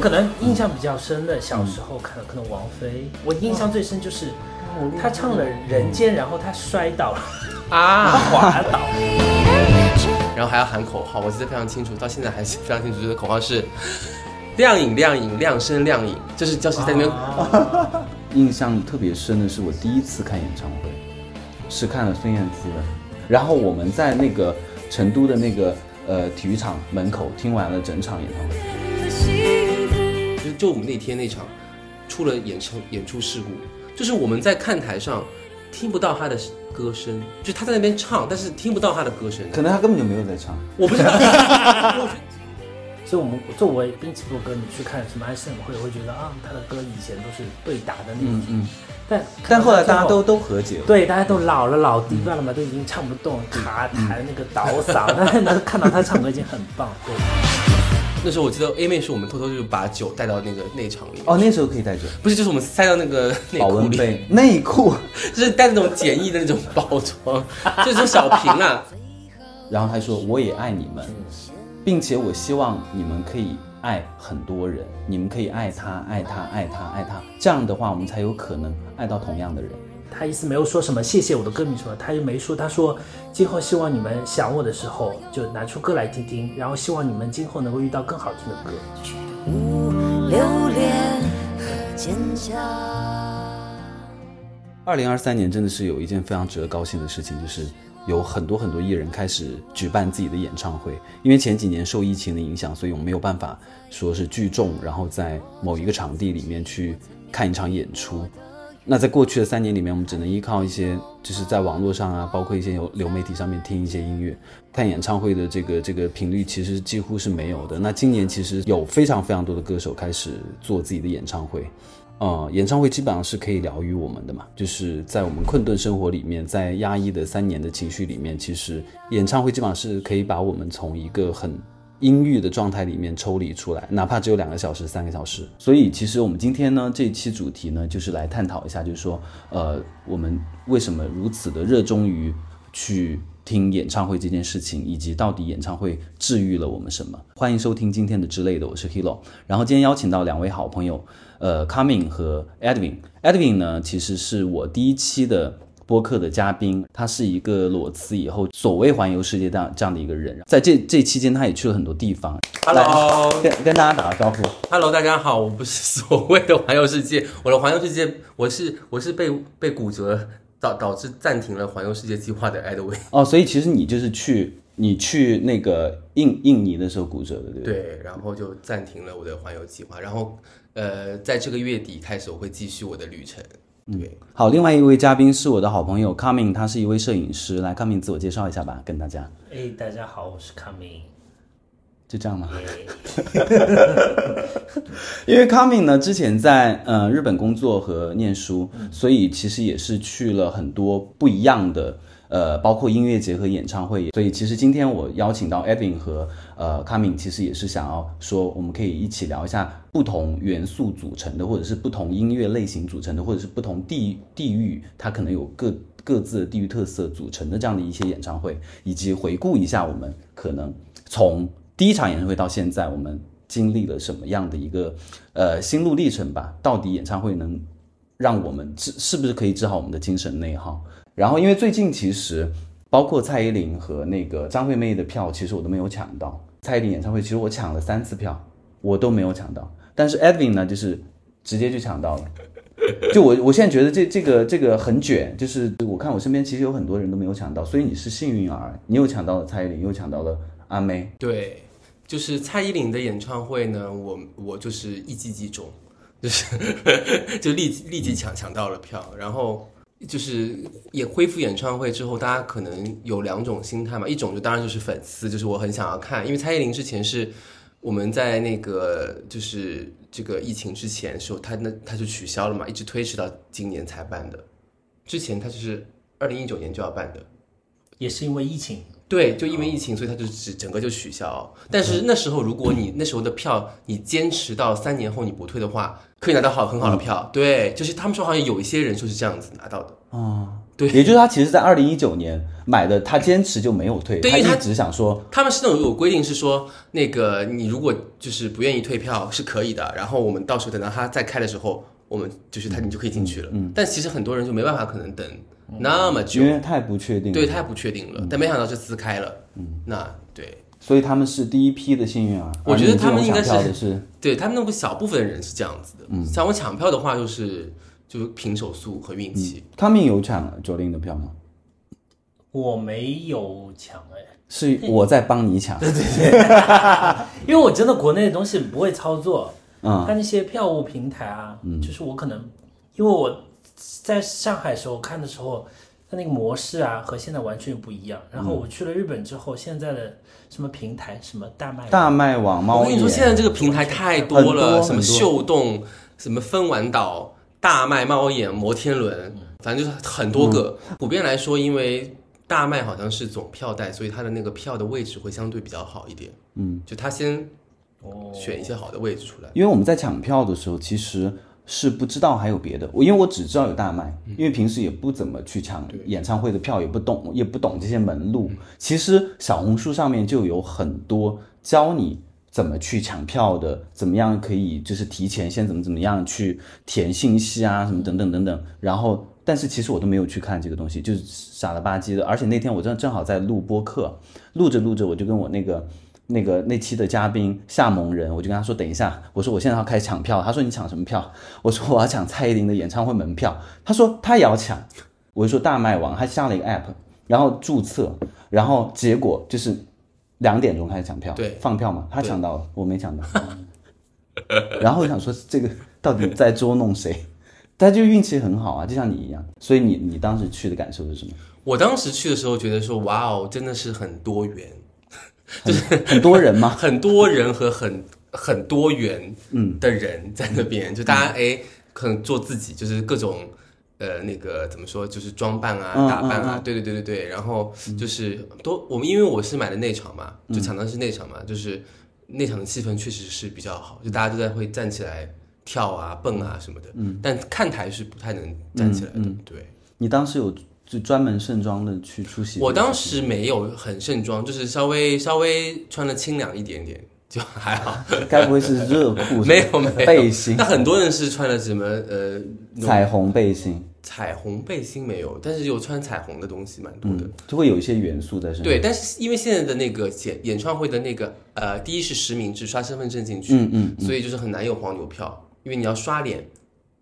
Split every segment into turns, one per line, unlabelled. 可能印象比较深的，小时候可能可能王菲，我印象最深就是
哦
她唱了《人间》，然后她摔倒了，她
啊，
滑倒，
然后还要喊口号，我记得非常清楚，到现在还是非常清楚，就是口号是亮影亮影亮声亮影，就是就是在那边
啊印象特别深的是我第一次看演唱会，是看了孙燕姿的。然后我们在那个成都的那个呃体育场门口听完了整场演唱会。
就是就我们那天那场出了演出演出事故，就是我们在看台上听不到他的歌声，就是他在那边唱，但是听不到他的歌声。
可能他根本就没有在唱，
我不知道，
嗯
所以我们作为滨崎步哥，你去看什么爱森会，会觉得啊，他的歌以前都是对打的那种，
嗯，
但
但后来大家
看到最
都都嗯和解了。
对，大家都老了，老低段了嘛，都已经唱不动，卡弹那个倒嗓， 但是能看到他唱歌已经很 棒。对，
那时候我记得 A 妹是我们偷偷就把酒带到那个内场里面，
哦，那时候可以带着
不是就是我们塞到那个内
保
裤
温
里，
杯、内裤，
就是带那种简易的那种包装， 就是那种小瓶 啊。
然后他说我也爱你们，并且我希望你们可以爱很多人，你们可以爱他、爱他、爱他、爱他，这样的话我们才有可能爱到同样的人。
他意思没有说什么谢谢我的歌迷什么，他又没说，他说今后希望你们想我的时候就拿出歌来听听，然后希望你们今后能够遇到更好听的歌。
留恋和坚强。
二零二三年真的是有一件非常值得高兴的事情，就是有很多很多艺人开始举办自己的演唱会。因为前几年受疫情的影响，所以我们没有办法说是聚众，然后在某一个场地里面去看一场演出。那在过去的三年里面，我们只能依靠一些，就是在网络上啊，包括一些流流媒体上面听一些音乐，看演唱会的这个这个频率其实几乎是没有的。那今年其实有非常非常多的歌手开始做自己的演唱会，呃，演唱会基本上是可以疗愈我们的嘛，就是在我们困顿生活里面，在压抑的三年的情绪里面，其实演唱会基本上是可以把我们从一个很阴郁的状态里面抽离出来，哪怕只有两个小时、三个小时。所以，其实我们今天呢，这一期主题呢，就是来探讨一下，就是说，呃，我们为什么如此的热衷于去听演唱会这件事情，以及到底演唱会治愈了我们什么？欢迎收听今天的之类的，我是 Hilo。然后今天邀请到两位好朋友，呃，Coming 和 Edwin。Edwin 呢，其实是我第一期的播客的嘉宾，他是一个裸辞以后所谓环游世界这样这样的一个人。在这这期间，他也去了很多地方。
Hello，
跟跟大家打个招呼。
Hello，大家好，我不是所谓的环游世界， 我的环游世界，我是我是被被骨折导导致暂停了环游世界计划的 Edwin。
哦，所以其实你就是去你去那个印印尼的时候骨折的，对不对？
对，然后就暂停了我的环游计划，然后呃，在这个月底开始我会继续我的旅程。对，
好，另外一位嘉宾是我的好朋友 Coming，他是一位摄影师。来，Coming 自我介绍一下吧，跟大家
哎，大家好，我是卡明。
就这样吗？
耶
因为 Coming 呢，之前在呃日本工作和念书，所以其实也是去了很多不一样的。呃，包括音乐节和演唱会，所以其实今天我邀请到 Edwin 和呃 Coming，其实也是想要说，我们可以一起聊一下不同元素组成的，或者是不同音乐类型组成的，或者是不同地地域，它可能有各各自的地域特色组成的这样的一些演唱会，以及回顾一下我们可能从第一场演唱会到现在，我们经历了什么样的一个呃心路历程吧？到底演唱会能让我们治是不是可以治好我们的精神内耗？然后，因为最近其实包括蔡依林和那个张惠妹的票，其实我都没有抢到。蔡依林演唱会其实我抢了三次票，我都没有抢到。但是 Edwin 呢，就是直接就抢到了。就我我现在觉得这这个这个很卷，就是我看我身边其实有很多人都没有抢到，所以你是幸运儿，你又抢到了蔡依林，又抢到了阿妹，
对，就是蔡依林的演唱会呢，我我就是一击即中，就是 就立立即抢抢到了票，然后。就是也恢复演唱会之后，大家可能有两种心态嘛，一种就当然就是粉丝，就是我很想要看，因为蔡依林之前是我们在那个就是这个疫情之前的时候，她那她就取消了嘛，一直推迟到今年才办的，之前她就是二零一九年就要办的，
也是因为疫情。
对，就因为疫情，所以它就只整个就取消。但是那时候，如果你那时候的票，你坚持到三年后你不退的话，可以拿到好很好的票。对，就是他们说好像有一些人就是这样子拿到的。对
也就是他其实，在二零一九年买的，他坚持就没有退，
对
他
因为
一
他
直想说，
他们是那种有规定是说，那个你如果就是不愿意退票是可以的，然后我们到时候等到他再开的时候，我们就是他你就可以进去了。但其实很多人就没办法，可能等那么久
因，为太不确定了，
对，太不确定了。但没想到这次开了，那对。
所以他们是第一批的幸运儿。
我
而
觉得
你这
他们
种
应该
抢票
是
的是
对他们那个小部分人是这样子的，
嗯
像我抢票的话，就是就是凭手速和运气。
他们有抢九令的票吗？
我没有抢哎，
是
嗯
我在帮你抢，
因为我真的国内的东西不会操作，
嗯
它那些票务平台啊，就是我可能因为我在上海时候看的时候，它那个模式啊和现在完全不一样。然后我去了日本之后，现在的什么平台，什么大麦，
大麦网、
我
嗯猫
跟你说，现
眼，
在这个平台太
很
多
多
了，什么
很多
秀动、什么分玩岛、大麦、猫眼、摩天轮，反正就是很多个。
嗯
普遍来说，因为大麦好像是总票代，所以它的那个票的位置会相对比较好一点。嗯，就他先
哦
选一些好的位置出来。
因为我们在抢票的时候，其实是不知道还有别的，我因为我只知道有大麦，因为平时也不怎么去抢演唱会的票，也不懂也不懂这些门路。其实小红书上面就有很多教你。怎么去抢票的？怎么样可以就是提前先怎么怎么样去填信息啊，什么等等等等。然后，但是其实我都没有去看这个东西，就是傻了吧唧的。而且那天我真的正好在录播客，录着录着我就跟我那个那个那期的嘉宾夏萌人，我就跟他说等一下，我说我现在要开始抢票，他说你抢什么票？我说我要抢蔡依林的演唱会门票，他说他也要抢，我就说大麦网，他下了一个 app，然后注册，然后结果就是两点钟开始抢票，
对
放票嘛，他抢到了，我没 抢到，然后我想说这个到底在捉弄谁？他就运气很好啊，就像你一样，所以你你当时去的感受是什么？
我当时去的时候觉得说，哇哦，真的是很多元。
很多人吗？
很多人和很很多元
嗯
的人在那边，就大家哎，可能做自己，就是各种呃那个怎么说，就是装扮啊、
嗯
打扮
嗯
啊
嗯，
对对对对对，然后就是都我们因为我是买的内场嘛，
嗯
就抢到的是内场嘛，就是内场的气氛确实是比较好，就大家都在会站起来跳啊、蹦
嗯
啊什么的，但看台是不太能站起来的，对。
你当时有就专门盛装的去出席？
我当时没有很盛装，就是稍微稍微穿的清凉一点点，就还好。
该不会是热裤？
没有没有
背心
那，很多人是穿了什么呃那种
彩虹背心，
彩虹背心没有，但是有穿彩虹的东西蛮多的。
嗯，就会有一些元素在身上。
对，，但是因为现在的那个演演唱会的那个呃，第一是实名制，刷身份证进去，
嗯嗯，
所以就是很难有黄牛票，因为你要刷脸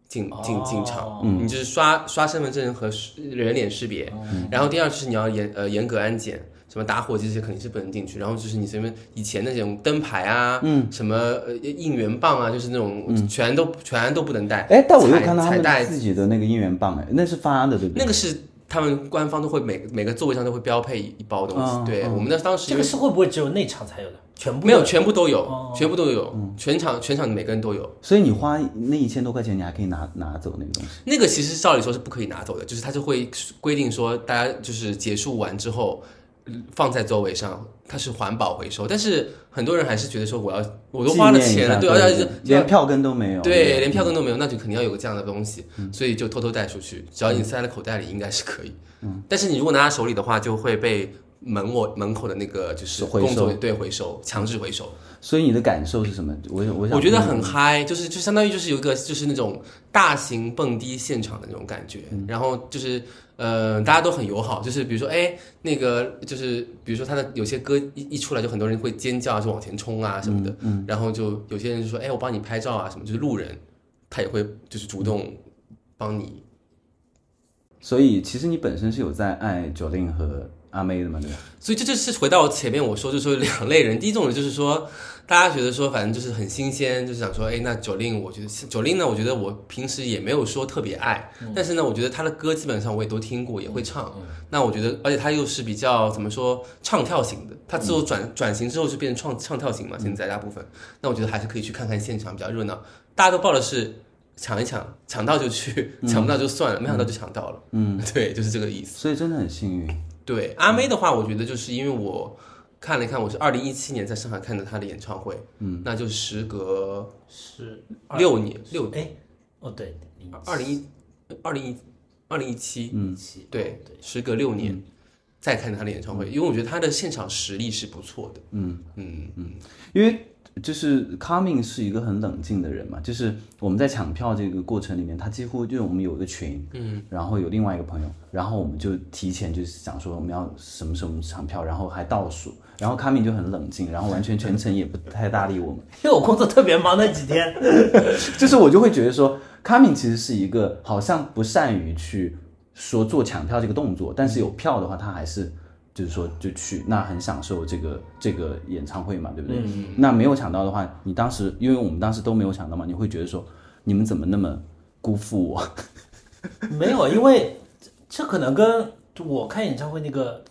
进进进
哦
场，
嗯
你就是刷刷身份证和识人脸识别，然后第二就是你要严呃严格安检，什么打火机这些肯定是不能进去，然后就是你什么以前那种灯牌啊，嗯，什么呃应援棒啊，就是那种全都全都不能带，
嗯哎，但我又
彩
看到他
彩带
们自己的那个应援棒，哎，那是发的，对不对？
那个是。他们官方都会每每个座位上都会标配一包东西，
嗯
对我们那当时
这
因
个
为
是会不会只有内场才有的？全部
没有，全部都有，全部都有，
哦
全场全场每个人都有。
所以你花那一千多块钱，你还可以拿拿走那个东西。
那个其实照理说是不可以拿走的，就是它就会规定说，大家就是结束完之后嗯放在座位上，它是环保回收。但是很多人还是觉得说，我要我都花了钱了，
纪
对，
念一
而
下
且
连票根都没有。
对连票根都没有，那就肯定要有个这样的东西，
嗯
所以就偷偷带出去，只要你塞了口袋里，应该是可以。
嗯
但是你如果拿在手里的话，就会被门我门口的那个就是
回收
工作对回收，强制回收。
所以你的感受是什么？我我想
我觉得很嗨，就是就相当于就是有一个就是那种大型蹦迪现场的那种感觉，
嗯
然后就是呃大家都很友好，就是比如说哎那个就是比如说他的有些歌一一出来就很多人会尖叫啊，就往前冲啊什么的，
嗯
然后就有些人就说哎我帮你拍照啊什么，就是路人他也会就是主动帮你，
所以其实你本身是有在爱九令和阿妹的嘛，对吧？
所以这就是回到前面我说就是说两类人，第一种人就是说。大家觉得说，反正就是很新鲜，就是想说，哎，那九令，我觉得九令呢，我觉得我平时也没有说特别爱，但是呢，我觉得他的歌基本上我也都听过，也会唱。那我觉得，而且他又是比较怎么说，唱跳型的。他之后转、转型之后就变成唱唱跳型嘛，现在大部分。那我觉得还是可以去看看现场，比较热闹。大家都抱的是抢一抢， 抢到就去，抢不到就算了，没想到就抢到了。嗯，对，就是这个意思。
所以真的很幸运。
对阿妹的话，我觉得就是因为我看了一看，我是二零一七年在上海看的她的演唱会，嗯，那就时隔
是
六年六
哎，哦对，零
二零一二零一二零一七，
一七
对
哦对，
时隔六年。再看她的演唱会，因为我觉得她的现场实力是不错的。嗯嗯嗯，
因为就是 Coming 是一个很冷静的人嘛，就是我们在抢票这个过程里面，他几乎就是我们有一个群，嗯，然后有另外一个朋友，然后我们就提前就是想说我们要什么什么抢票，然后还倒数，然后 Coming 就很冷静，然后完全全程也不太搭理我们，
因为我工作特别忙那几天，
就是我就会觉得说，Coming 其实是一个好像不善于去说做抢票这个动作，但是有票的话，他还是就是说就去，那很享受这个这个演唱会嘛，对不对？那没有抢到的话，你当时因为我们当时都没有抢到嘛，你会觉得说你们怎么那么辜负我？
没有，因为这这可能跟我看演唱会那个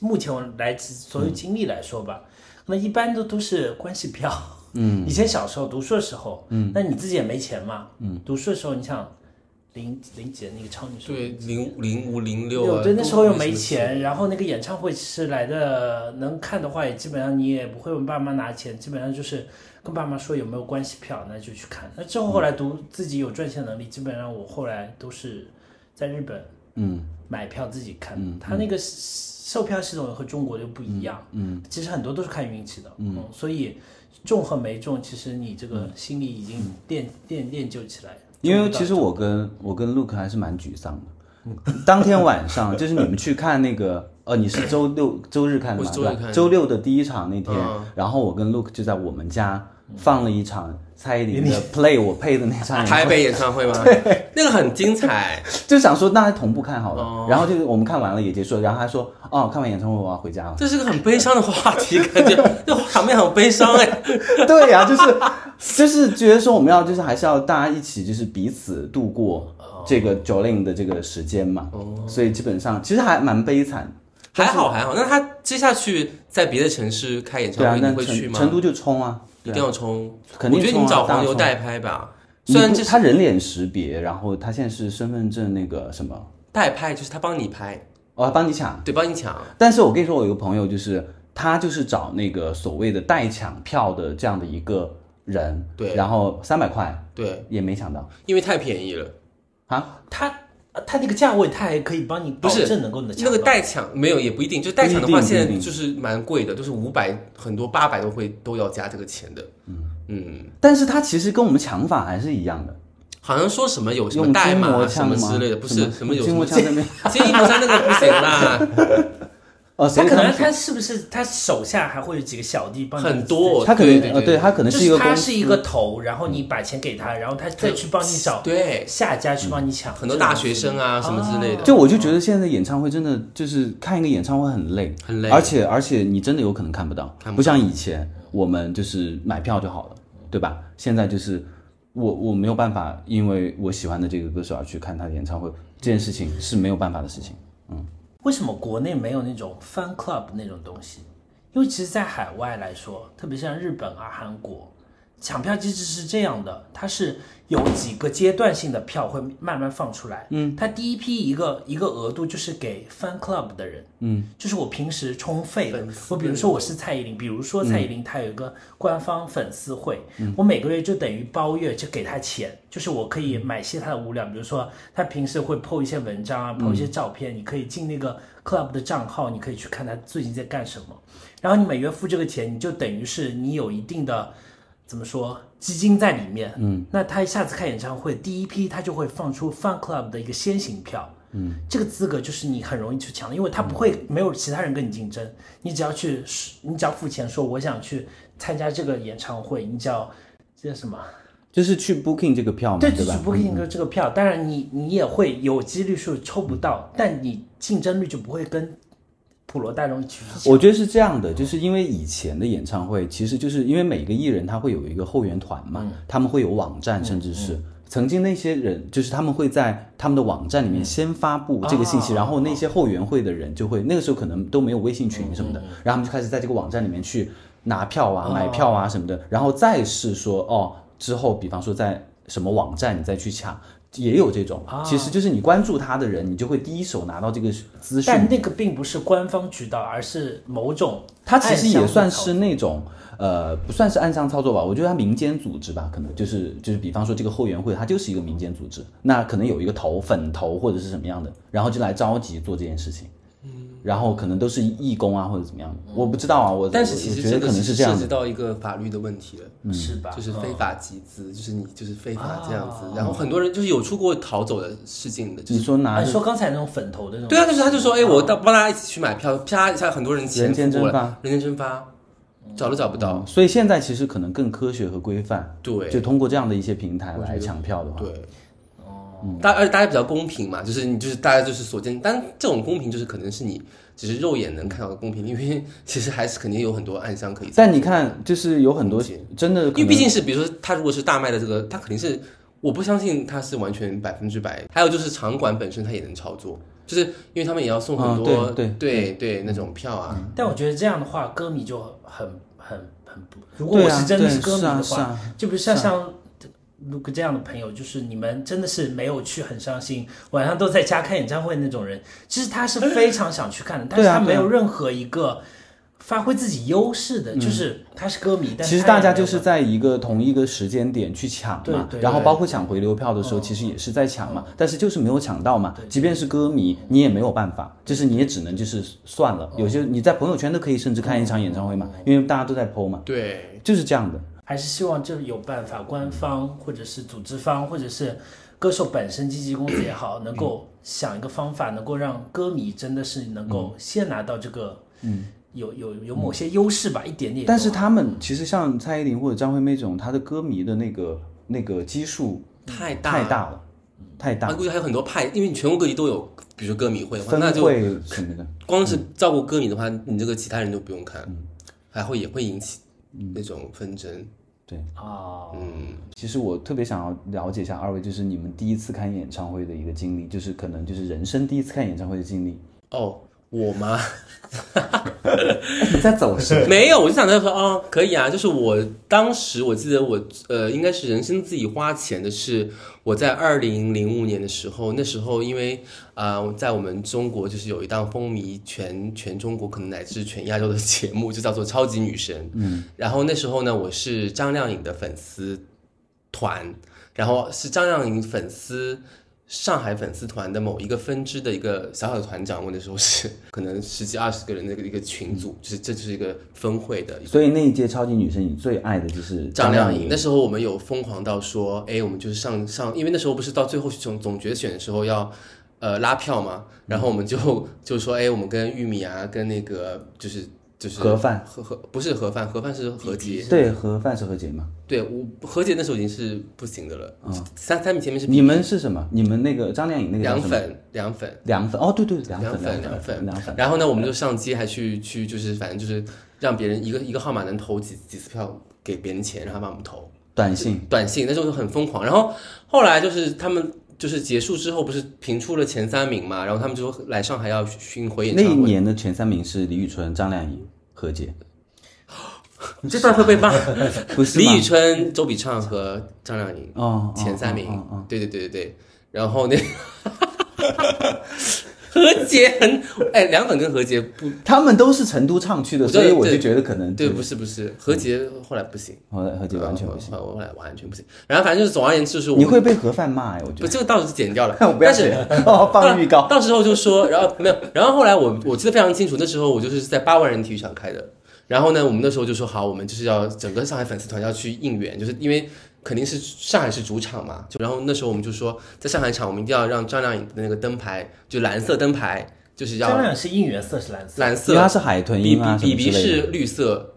目前我来所有经历来说吧，可能一般都都是关系票。嗯， 以前小时候读书的时候，嗯，那你自己也没钱嘛，嗯，读书的时候你想零零几那个超女生，
对，零零五零六
有
啊，
对，那时候又
都
没
什么事，
钱，然后那个演唱会其实来的能看的话，也基本上你也不会问爸妈拿钱，基本上就是跟爸妈说有没有关系票，那就去看。那之后后来读自己有赚钱能力，基本上我后来都是在日本，
嗯，
买票自己看。他那个售票系统和中国就不一样，嗯，其实很多都是看运气的，嗯，所以中和没中，其实你这个心理已经练练练就起来了。
因
中
为
不到
其实我跟我跟 Luke 还是蛮沮丧的。 当天晚上 就是你们去看那个，呃，你是周六周日看的
我是
嘛？
周
对
日
吧
看？的
周六的第一场那天
嗯，
然后我跟 Luke 就在我们家放了一场蔡依林的 Play，我配的那场演唱
台
会，
北演唱会 吗？那个很精彩。
就想说那还同步看好
哦
了。然后就是我们看完了也结束了，然后还说哦，看完演唱会我要回家了。
这是个很悲伤的话题，感觉这场面很悲伤哎。
对呀，就是就是觉得说我们要就是还是要大家一起就是彼此度过这
哦
个 Jolin 的这个时间嘛，所以基本上其实还蛮悲惨的。
还好还好，那他接下去在别的城市开演唱
对啊，
会，
那
你会去
成
吗？
成都就冲啊，
一定要冲，
肯定冲啊
我觉得你们找黄牛代拍吧，虽然
你不
这是
他人脸识别，然后他现在是身份证那个什么，
代拍，就是他帮你拍，
哦，帮你抢。
对，帮你抢。
但是我跟你说，我有个朋友就是他就是找那个所谓的代抢票的这样的一个人，
对
然后三百块
对，
也没抢到
因为太便宜了，
啊，
他呃他那个价位，他还可以帮你保
不是
证能够能抢
那个
到
代抢没有也不一定，就代抢的话，
不一定
现
不一
在
定
就是蛮贵的，就是五百很多八百都会都要加这个钱的。嗯嗯，
但是他其实跟我们抢法还是一样的，
好像说什么有什么
用
代
筋
码
膜
啊什
枪
么
吗？
之类的，不是什么有什
筋
么
膜枪那边，
金一不山那个不行啦。
哦，
他
谁
可能
看
他是不是他手下还会有几个小弟帮你
很多
他可
对
能
对对
呃对他可能
就是
一个
他
公
是一个头，然后你把钱给他，然后他再去帮你找
对，嗯
下家去帮你抢，
很多大学生啊什么之类的，
就我就觉得现在的演唱会真的就是看一个演唱会很累，
很累
而且而且你真的有可能看不到，
看不到
不像以前我们就是买票就好了，对吧？现在就是我我没有办法，因为我喜欢的这个歌手而去看他的演唱会，这件事情是没有办法的事情。
为什么国内没有那种 fan club 那种东西？因为其实，在海外来说，特别像日本啊、韩国，抢票机制是这样的，它是有几个阶段性的票会慢慢放出来。嗯，它第一批一个一个额度就是给 fan club 的人，嗯，就是我平时充费的
粉。丝嗯
我比如说我是蔡依林，比如说蔡依林，她有一个官方粉丝会，我每个月就等于包月就给她钱，就是我可以买些她的物料，比如说她平时会 po 一些文章啊，po
嗯
一些照片，你可以进那个 club 的账号，你可以去看她最近在干什么。然后你每月付这个钱，你就等于是你有一定的怎么说基金在里面。嗯，那他下次开演唱会，第一批他就会放出 Fun Club 的一个先行票。嗯，这个资格就是你很容易去抢的，因为他不会
嗯
没有其他人跟你竞争，你只要去，你只要付钱说我想去参加这个演唱会，你只要这叫什么？
就是去 booking 这个票嘛，
对，只
对吧嗯
是？booking 的这个票，当然你你也会有几率是抽不到，但你竞争率就不会跟普罗大众一起去抢。
我觉得是这样的，就是因为以前的演唱会，其实就是因为每个艺人他会有一个后援团
嗯
嘛，他们会有网站，甚至是、曾经那些人，就是他们会在他们的网站里面先发布这个信息，
哦
然后那些后援会的人就会那个时候可能都没有微信群什么的，
嗯
然后他们就开始在这个网站里面去拿票啊、买票哦啊什么的，然后再是说哦，之后比方说在什么网站你再去抢。也有这种
啊，
其实就是你关注他的人，你就会第一手拿到这个资讯。
但那个并不是官方渠道，而是某种
它其实
暗箱
也
的
算
操
是
作
那种呃，不算是暗箱操作吧，我觉得它民间组织吧，可能就是就是，比方说这个后援会，它就是一个民间组织，那可能有一个头粉头或者是什么样的，然后就来召集做这件事情，然后可能都是义工啊或者怎么样的，我不知道啊，我
但是
我
其
我
实
觉得
真
可
的
能
是
这样
涉及
的，
到一个法律的问题了。
嗯
是吧？嗯
就是非法集资，就是你就是非法这样子
啊，
然后很多人就是有出过逃走的事情的，就
你
是
说拿
啊，
着
你说刚才那种粉头的那种，
对啊，就是他就说，哎，我到帮大家一起去买票，啪一下很多人钱
人间
付过
蒸
来，人间蒸发，找都找不到，
所以现在其实可能更科学和规范，
对
就通过这样的一些平台来抢票的话，
对。
嗯
大而且大家比较公平嘛，就是你就是大家就是所见，但这种公平就是可能是你只是肉眼能看到的公平，因为 其实还是肯定有很多暗箱可以。
但你看，就是有很多
理解
真的可能，
因为毕竟是，比如说他如果是大卖的这个，他肯定是，我不相信他是完全百分之百。还有就是场馆本身他也能操作，就是因为他们也要送很多、
啊对对嗯
对对那种票啊，
但我觉得这样的话，歌迷就很很很不。如果
对
我
啊
是真的
对
歌迷
是啊
的
是
话，
啊
就比如像像如果这样的朋友，就是你们真的是没有去，很伤心，晚上都在家看演唱会那种人，其实他是非常想去看的，但是
对啊
他没有
对啊嗯
任何一个发挥自己优势的，就是他是歌迷，但
其实
他也
大家
没有
就是
办法
在一个同一个时间点去抢
对
嘛
对，哦
然后
对
包括抢回流票的时候，其实也是在抢嘛，但是就是没有抢到嘛。即便是歌迷，你也没有办法，就是你也只能就是算
哦
了。有些你在朋友圈都可以甚至看一场演唱会嘛，因为大家都在 PO 嘛，
对，
就是这样的。
还是希望这有办法，官方或者是组织方或者是歌手本身经纪公司也好，能够想一个方法，能够让歌迷真的是能够
嗯
先拿到这个，嗯，有有有某些优势吧，一点点。
但是，他们其实像蔡依林或者张惠妹这种，她的歌迷的那个那个基数
太大
太大了，太
他
大，
估计还有很多派，因为你全国各地都有，比如说歌迷
嗯
会的话，
分
那就
会嗯什么的。
光是照顾歌迷的话，你这个其他人都不用看，
嗯
还会也会引起那种纷争。
对，
哦，
嗯，
其实我特别想要了解一下二位，就是你们第一次看演唱会的一个经历，就是可能就是人生第一次看演唱会的经历。
哦，我吗？
你在走 神？
没有，我就想在说，哦，可以啊，就是我当时我记得我呃，应该是人生自己花钱的是我在二零零五年的时候，那时候因为啊、呃在我们中国就是有一档风靡全全中国可能乃至全亚洲的节目，就叫做《超级女声》。嗯，然后那时候呢，我是张靓颖的粉丝团，然后是张靓颖粉丝。上海粉丝团的某一个分支的一个小小的团长，我那时候是可能十几二十个人的一个一个群组，就是这就是一个分会的一个
所以那一届超级女声，你最爱的就是
张
靓
靓颖。那时候我们有疯狂到说，哎，我们就是上上，因为那时候不是到最后总总决选的时候要，呃，拉票嘛，然后我们
嗯
就 就说，哎，我们跟玉米啊，跟那个就是就是
盒饭
盒盒不是盒饭，盒饭是何洁，
对和范是何洁嘛？
对我何洁那时候已经是不行的了，三三米前面是
嗯你们是什么？你们那个张靓颖那个叫
凉
什么？
粉凉粉，
凉粉哦，对对，凉
两
粉
粉
凉
两
粉
粉
凉粉。
然后呢，我们就上街还去去就是反正就是让别人一个一个号码能投几几次票给别人钱，让他帮我们投
短信
短信，那时候就很疯狂。然后后来就是他们就是结束之后不是评出了前三名嘛，然后他们就说来上海要巡回演
那一
唱会，
年的前三名是李宇春、张靓颖、何洁，
你这段会被骂。
不是 吗
李宇春、周笔畅和张靓颖
哦，哦
前三名
哦哦哦，
对对对对对。然后那 何洁很哎，凉粉跟何洁不
哦他们都是成都唱区的，
我
所以
对
我就
对
觉得可能
对，不是不是，何洁后来不行。
后来何洁完全不行。
呃我我来完全不行。然后反正就是，总而言之就是我
你会被盒饭骂哎，我觉
不
得。，
这个到时候剪掉了
我不要
但是
学，哦，放预告。
到时候就说，然后没有，然后后来我我记得非常清楚，那时候我就是在八万人体育场开的。然后呢，我们那时候就说好，我们就是要整个上海粉丝团要去应援，就是因为肯定是上海是主场嘛。就然后那时候我们就说，在上海场我们一定要让张靓颖的那个灯牌，就蓝色灯牌，就是
张
要
亮是应援色是蓝色，
蓝
因
色
为它是海豚
比
音啊，
比比比
什么之类
是
的
绿色，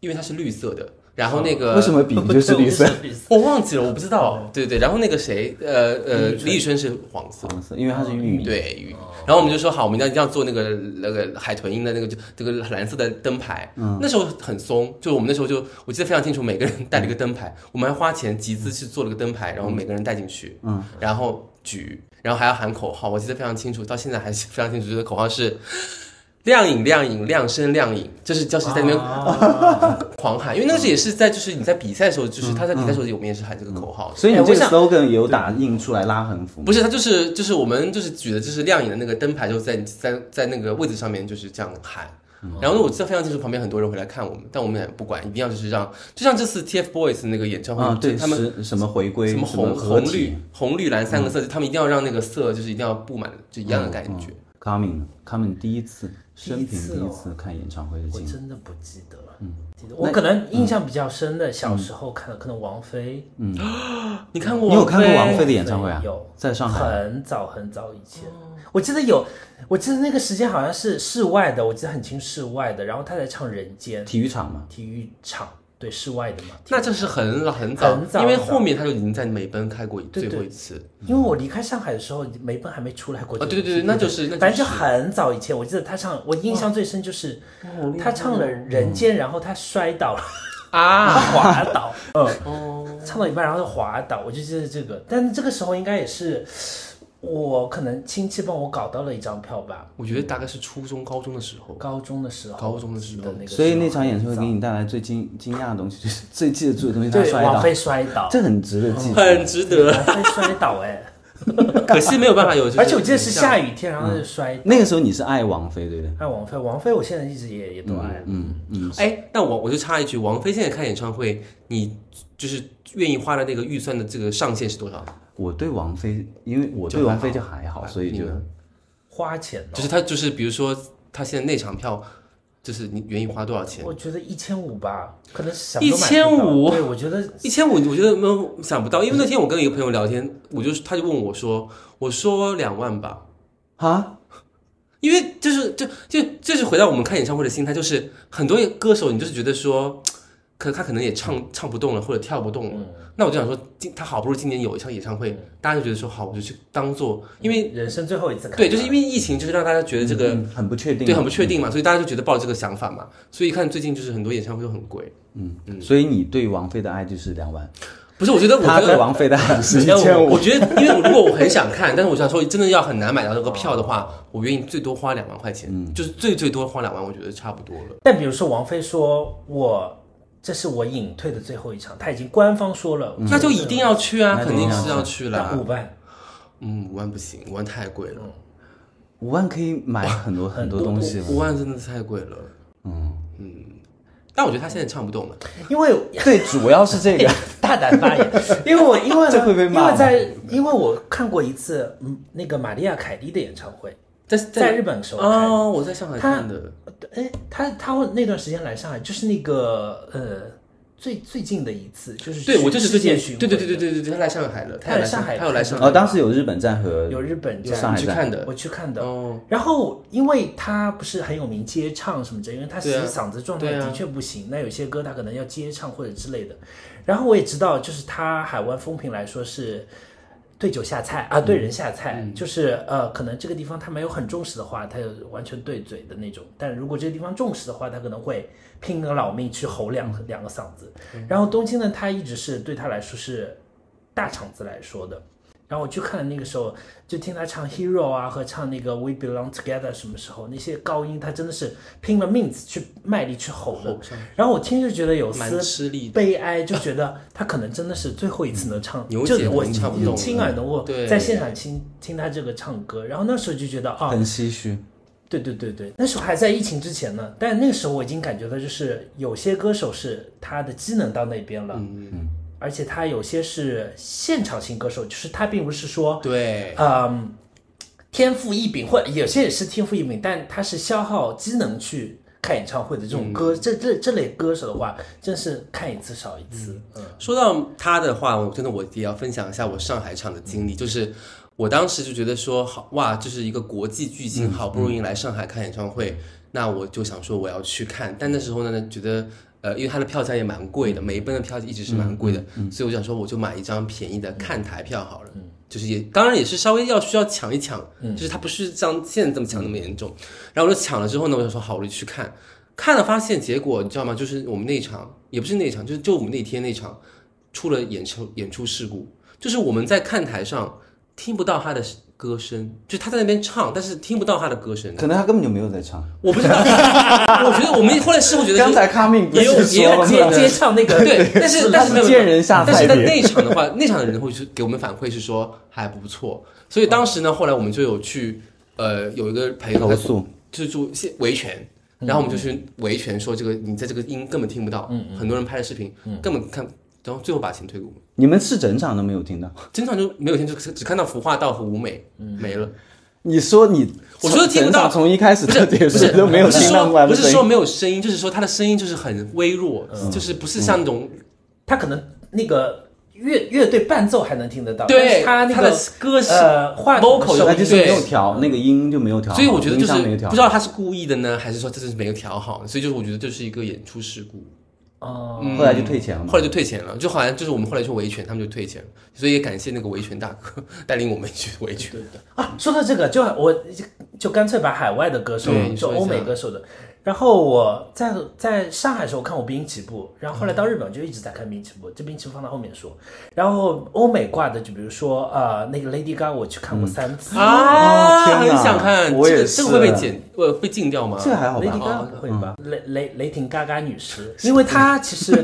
因为它是绿色的。然后那个
为什么 比比就是绿色？
我忘记了，我不知道。对对，然后那个谁，呃呃，李宇春是黄色，
黄色，因为它是玉米。
对，玉然后我们就说好，我们要一定要做那个那个海豚音的那个就这个蓝色的灯牌。那时候很松，就我们那时候就我记得非常清楚，每个人带了一个灯牌，我们还花钱集资去做了个灯牌，然后每个人带进去，嗯，然后举，然后还要喊口号，我记得非常清楚，到现在还是非常清楚，这个口号是。亮影亮影亮声亮影，就是教室在那边
啊
狂喊，因为那个时候也是在就是你在比赛的时候，就是他在比赛的时候，我们也是喊这个口号，
所以你
哎
这
我
个
想
slogan 有打印出来拉横幅吗？啊
不是，他就是就是我们就是举的就是亮眼的那个灯牌，就在在在那个位置上面就是这样喊。
嗯
然后我记得非常清楚，旁边很多人会来看我们，但我们也不管，一定要就是让，就像这次 TFBOYS 那个演唱会，
啊，对，
他们
是什么回归，
什么红
合
红
体嗯
绿红绿蓝三个色，就他们一定要让那个色就是一定要布满，就一样的感觉。
，coming coming 第一次，生平
次
第一
哦
次看演唱会的
我
经历，
真的不记得了。
嗯
记得我可能印象比较深的，小时候看的可能王菲，
你看过
你有看过王菲的
的？
演唱会啊？
有
在上海，
很早很早以前，我记得有，我记得那个时间好像是室外的，我记得很清室外的，然后她在唱《人间》
体育场嘛，
体育场，对，室外的嘛。
那这是很老很早，
很早
因为
很早
后面他就已经在美奔开过
对
最后
对
一次。
因为我离开上海的时候，梅奔还没出来过这
嗯哦，
个
对
东西。
对对，那就是那
反正就
就是
很早以前，我记得她唱，我印象最深就是她唱了《人间》，然后她摔倒了，
嗯啊，哦
滑 倒，嗯，唱到一半然后就滑倒，我就记得这个。但这个时候应该也是我可能亲戚帮我搞到了一张票吧，
我觉得大概是初中高中的时候，
高中的时候，
高中的时候
的那个时候，
所以那场演唱会
很早
给你带来最惊惊讶的东西，就是最记得住的东西，他
对
摔
王
倒，
菲摔倒，
这很值得记住。
很值 得。
王菲摔倒哎、
可惜没有办法有，就是
而且我记得是下雨天，然后她就摔倒。
那个时候你是爱王菲对不对？
爱王菲，王菲我现在一直也也都爱，
嗯嗯，
哎，那我我就插一句，王菲现在看演唱会，你就是愿意花的那个预算的这个上限是多少？
我对王菲，因为我对
就还好
王菲就还好，所以就
你呢
花钱哦、
就是他就是比如说他现在那场票，就是你愿意花多少钱
我？觉得一千五吧，可能想都买不到
1500
对我觉得
一千五，我觉得没有想不到，因为那天我跟一个朋友聊天，我就是他就问我说，我说两万吧，
啊，
因为就是就就就是回到我们看演唱会的心态，就是很多歌手你就是觉得说，可他可能也唱唱不动了或者跳不动了，那我就想说，今他好不容易今年有一场演唱会，大家就觉得说好，我就去当做，因为
人生最后一次看，
对，就是因为疫情，就是让大家觉得这个、
嗯很不确定，
对很不确定嘛，所以大家就觉得抱着这个想法嘛，所以看最近就是很多演唱会都很贵，
嗯所以你对王菲的爱就是两万，
不是，我觉得我
他
觉
对
得
王菲的爱是一
要
千
我
五
我。觉得，因为如果我很想看，但是我想说，真的要很难买到这个票的话，我愿意最多花两万块钱，就是最最多花两万，我觉得差不多了。
但比如说王菲说我这是我隐退的最后一场，她已经官方说了，
嗯那就一定要去啊，
那就
肯
一定
定
要
是要去
打
啦
五。万，
嗯，五万不行，五万太贵了，
五万可以买很多很多东西了。
五万真的太贵了。嗯但我觉得他现在唱不动了。
因为
对，主要是这个
大胆发 言，因为我因为呢
这会被骂
因
吗
为在因为我看过一次嗯那个玛利亚凯莉的演唱会，
在
在日本的时候看
哦，我在上海看的。
哎，他他那段时间来上海，就是那个呃最最近的一次，就是
对，我就是最
世界
近，
巡
对对对对
回
对对对，他来上海了，他
他来
来
上海
他有来上海，
哦，当时有日本站和
的有日本
有上
站
海
你去
站
看的
我。去看的。
哦，
然后，因为他不是很有名接唱什么的，因为他其
对
实
啊
嗓子状态
对啊
的确不行，那有些歌他可能要接唱或者之类的。然后我也知道，就是他海湾风评来说是对酒下菜
嗯
啊，对人下菜，就是呃，可能这个地方他没有很重视的话，他就完全对嘴的那种；但如果这个地方重视的话，他可能会拼个老命去吼两
嗯
个两个嗓子。然后东京呢，他一直是对他来说是大场子来说的。然后我去看那个时候，就听他唱《Hero》啊，和唱那个《We Belong Together》，什么时候那些高音，他真的是拼了命去卖力去吼的。然后我听就觉得有
蛮
丝
吃力的。
悲哀，就觉得他可能真的是最后一次能唱，
牛
就
姐
我
可能唱不动了
亲耳能够
对
在现场听听他这个唱歌，然后那时候就觉得啊，
很唏嘘。
对对对对，那时候还在疫情之前呢，但那个时候我已经感觉到，就是有些歌手是他的机能到那边了，
嗯，
而且他有些是现场型歌手，就是他并不是说
对，
嗯，天赋异禀，或者有些也是天赋异禀，但他是消耗机能去看演唱会的这种歌，
嗯
这这这类歌手的话，真是看一次少一次。嗯，
说到他的话，我真的我也要分享一下我上海场的经历，就是我当时就觉得说，好哇，这是一个国际巨星，好不容易来上海看演唱会，那我就想说我要去看，但那时候呢，觉得。呃，因为他的票价也蛮贵的，每一奔的票一直是蛮贵的，所以我想说，我就买一张便宜的看台票好了，就是也当然也是稍微要需要抢一抢，就是他不是像现在这么抢那么严重。然后我就抢了之后呢，我想说好，我就去看，看了发现结果你知道吗？就是我们那一场也不是那一场，就是就我们那天那场出了演出演出事故，就是我们在看台上听不到他的歌声，就他在那边唱，但是听不到他的歌声。
可能他根本就没有在唱。
我不知道， 我觉得我们后来事后觉得就
刚才卡敏不
也有
是
也
说
有
了
接
吗？
接唱那个
对，但是但是没有
见人下菜
但是在
碟
那一场的话，那场的人会去给我们反馈是说还不错，所以当时呢，后来我们就有去呃有一个朋友
投诉，
就住现维权。
嗯
然后我们就去维权，说这个你在这个音根本听不到，
嗯
很多人拍的视频根本看，然后最后把钱退给我 们，
你们是整场都没有听到？
经常就没有听，就只看到服化道和舞美
嗯
没 了。
你说你，
我说听不到
整场从一开始
不是
到结
不
束
是
都没有
不是
听到
说
完
不
的嗯
是
声
说
音。
没有声音，就是说他的声音就是很微弱，就是不是像那种
嗯
他可能那个乐乐队伴奏还能听得到，但
对
是他那
他
个
的歌是
呃话筒
vocal
的
那
声音
有
就是没有
对
调那个音就没有调好，
所以我觉得就
音
是
上没有调好，
不知道他是故意的呢，还是说他真是没有调好，所以就是我觉得这是一个演出事故，
哦，
嗯
后来就退钱了嘛
后来就退钱了，就好像就是我们后来去维权，他们就退钱了，所以也感谢那个维权大哥 带领我们去维权。
啊，说到这个，就我就就干脆把海外的歌手
对，
就
说一下
欧美歌手的。然后我在在上海的时候看过滨崎步，然后后来到日本就一直在看滨崎步，这滨崎步放到后面说。然后欧美挂的，就比如说呃那个 Lady Gaga，我去
嗯
看过三次。
哦天
啊很
哪
想看，
我
这
也
个这个会被
是
剪呃被禁掉吗？
这个还好
Lady
哦
吧？哦
Gaga 会吧？
嗯
雷雷雷霆嘎嘎女士，因为她其 实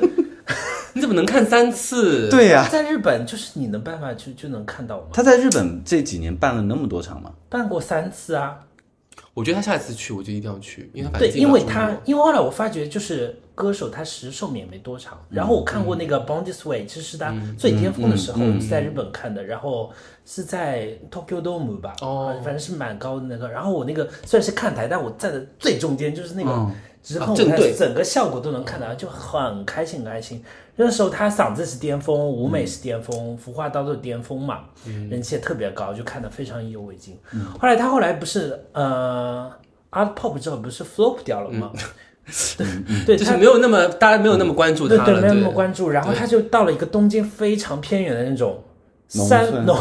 你怎么能看三次？，
对呀，
在日本就是你能办法就就能看到嘛，
他在日本这几年办了那么多场嘛，
办过三次啊。
我觉得他下次去我就一定要去，因为他反
对，
正进
因
不
为
了中
他
国
因为后来我发觉就是歌手他其实寿免没多长，然后我看过那个《Born This Way》，其实是他最巅峰的时候是在日本看的，然后是在 Tokyo Dome 吧，
哦
反正是蛮高的那个。然后我那个虽然是看台，但我站的最中间，就是那个
嗯
直控
啊
舞
正
台
对，
整个效果都能看到，就很开心很开心。那时候他嗓子是巅峰，舞美是巅峰，服化道是巅峰嘛，
嗯
人气也特别高，就看得非常意犹未尽。后来他后来不是呃 art pop 之后不是 flop 掉了吗？ 对，对，
嗯就
他
是没有那么大家没有那么关注
对
他
对
了，
没有那么关注，然后他就到了一个东京非常偏远的那种山
农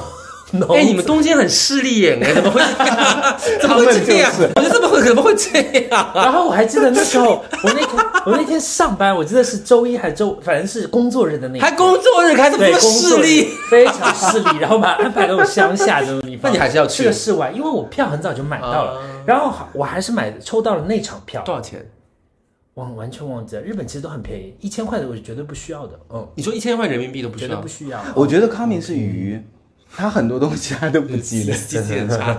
村
农农，
哎，你们东京很势利眼哎，怎么会 怎么会这样？我觉得怎么会怎么会这样？
然后我还记得那时候，我那天我那天上班，我记得是周一还是周，反正是工作日的那一天
还工作日还怎么
对
这么
工
势
作日
利？
非常势利， 然后把安排那种乡下这种地方。
那你还是要
去
去啊
个室外，因为我票很早就买到了，然后好我还是买抽到了那场票，
多少钱？
忘完全忘记了。日本其实都很便宜，一千块的我是绝对不需要的，嗯，
你说一千块人民币都不
绝
需
对
要
不，需要。
啊
我觉得康明是鱼，他很多东西他都不记 得，
记性很 差。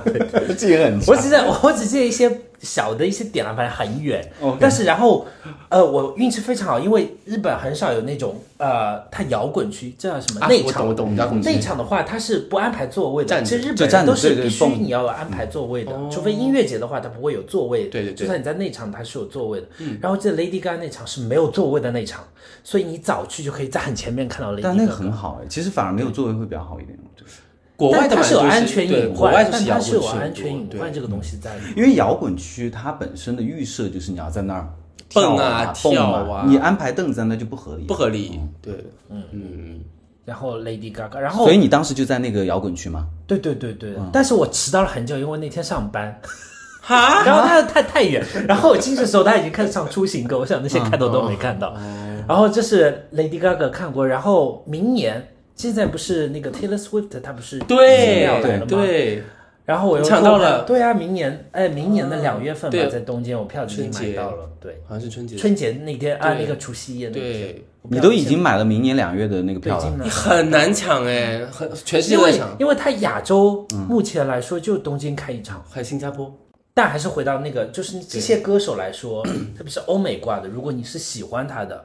记忆很差
我。只记得 我只记得一些小的一些点了，反正很远。但是然后，呃，我运气非常好，因为日本很少有那种呃，它摇滚区，这叫什么
啊
内
我
场？
懂我懂你要跟我
内场的话，它是不安排座位的。
站着
其实日
就
本人
站着
都是
对对
必须
蹦
你要安排座位的，除非音乐节的话，它不会有座位。
嗯对对嗯对
就算你在内场，它是有座位的。然后记得 Lady Gaga 那场是没有座位的那场，所以你早去就可以在很前面看到 Lady Gaga。
但那个很好哎，其实反而没有座位会比较好一点，我觉得。
国外
但
的
它
嘛
是有
就是
安全
对
隐
国外
患，
就
但
是
它
摇
是有
滚区
安全隐
对
患这个东西在的。
因为摇滚区它本身的预设就是你要在那儿
蹦啊
啊
跳
蹦
啊
你安排凳子在那就不合理，
不合。理。
嗯
嗯对，
然后 Lady Gaga，然后
所以你当时就在那个摇滚区吗？
对对对对，
嗯
但是我迟到了很久，因为那天上班，
哈，
然后他太太远，然后我进去的时候他已经开始唱出行歌，我想那些开头都没看
哦
到。然后这是 Lady Gaga 看过，然后明年现在不是那个 Taylor Swift 她不是疫苗
对
来了吗？
对，
然后我又
抢到
做饭
了嗯
对啊，明年哎，明年的两月份吧
对，
在东京我票已经
春
买
节
到了，对，
好像是春节。
春节那天啊，
对
那个除夕夜那天
对，
我票
你都已经买了明年两月的那个
对
票
已经
了，
买
你
了
很难抢哎，很全世界
因
都在
为
抢，
因为它亚洲
嗯
目前来说就东京开一场。
还有新加坡。
但还是回到那个，就是这些歌手来说，特别是欧美挂的，如果你是喜欢他的，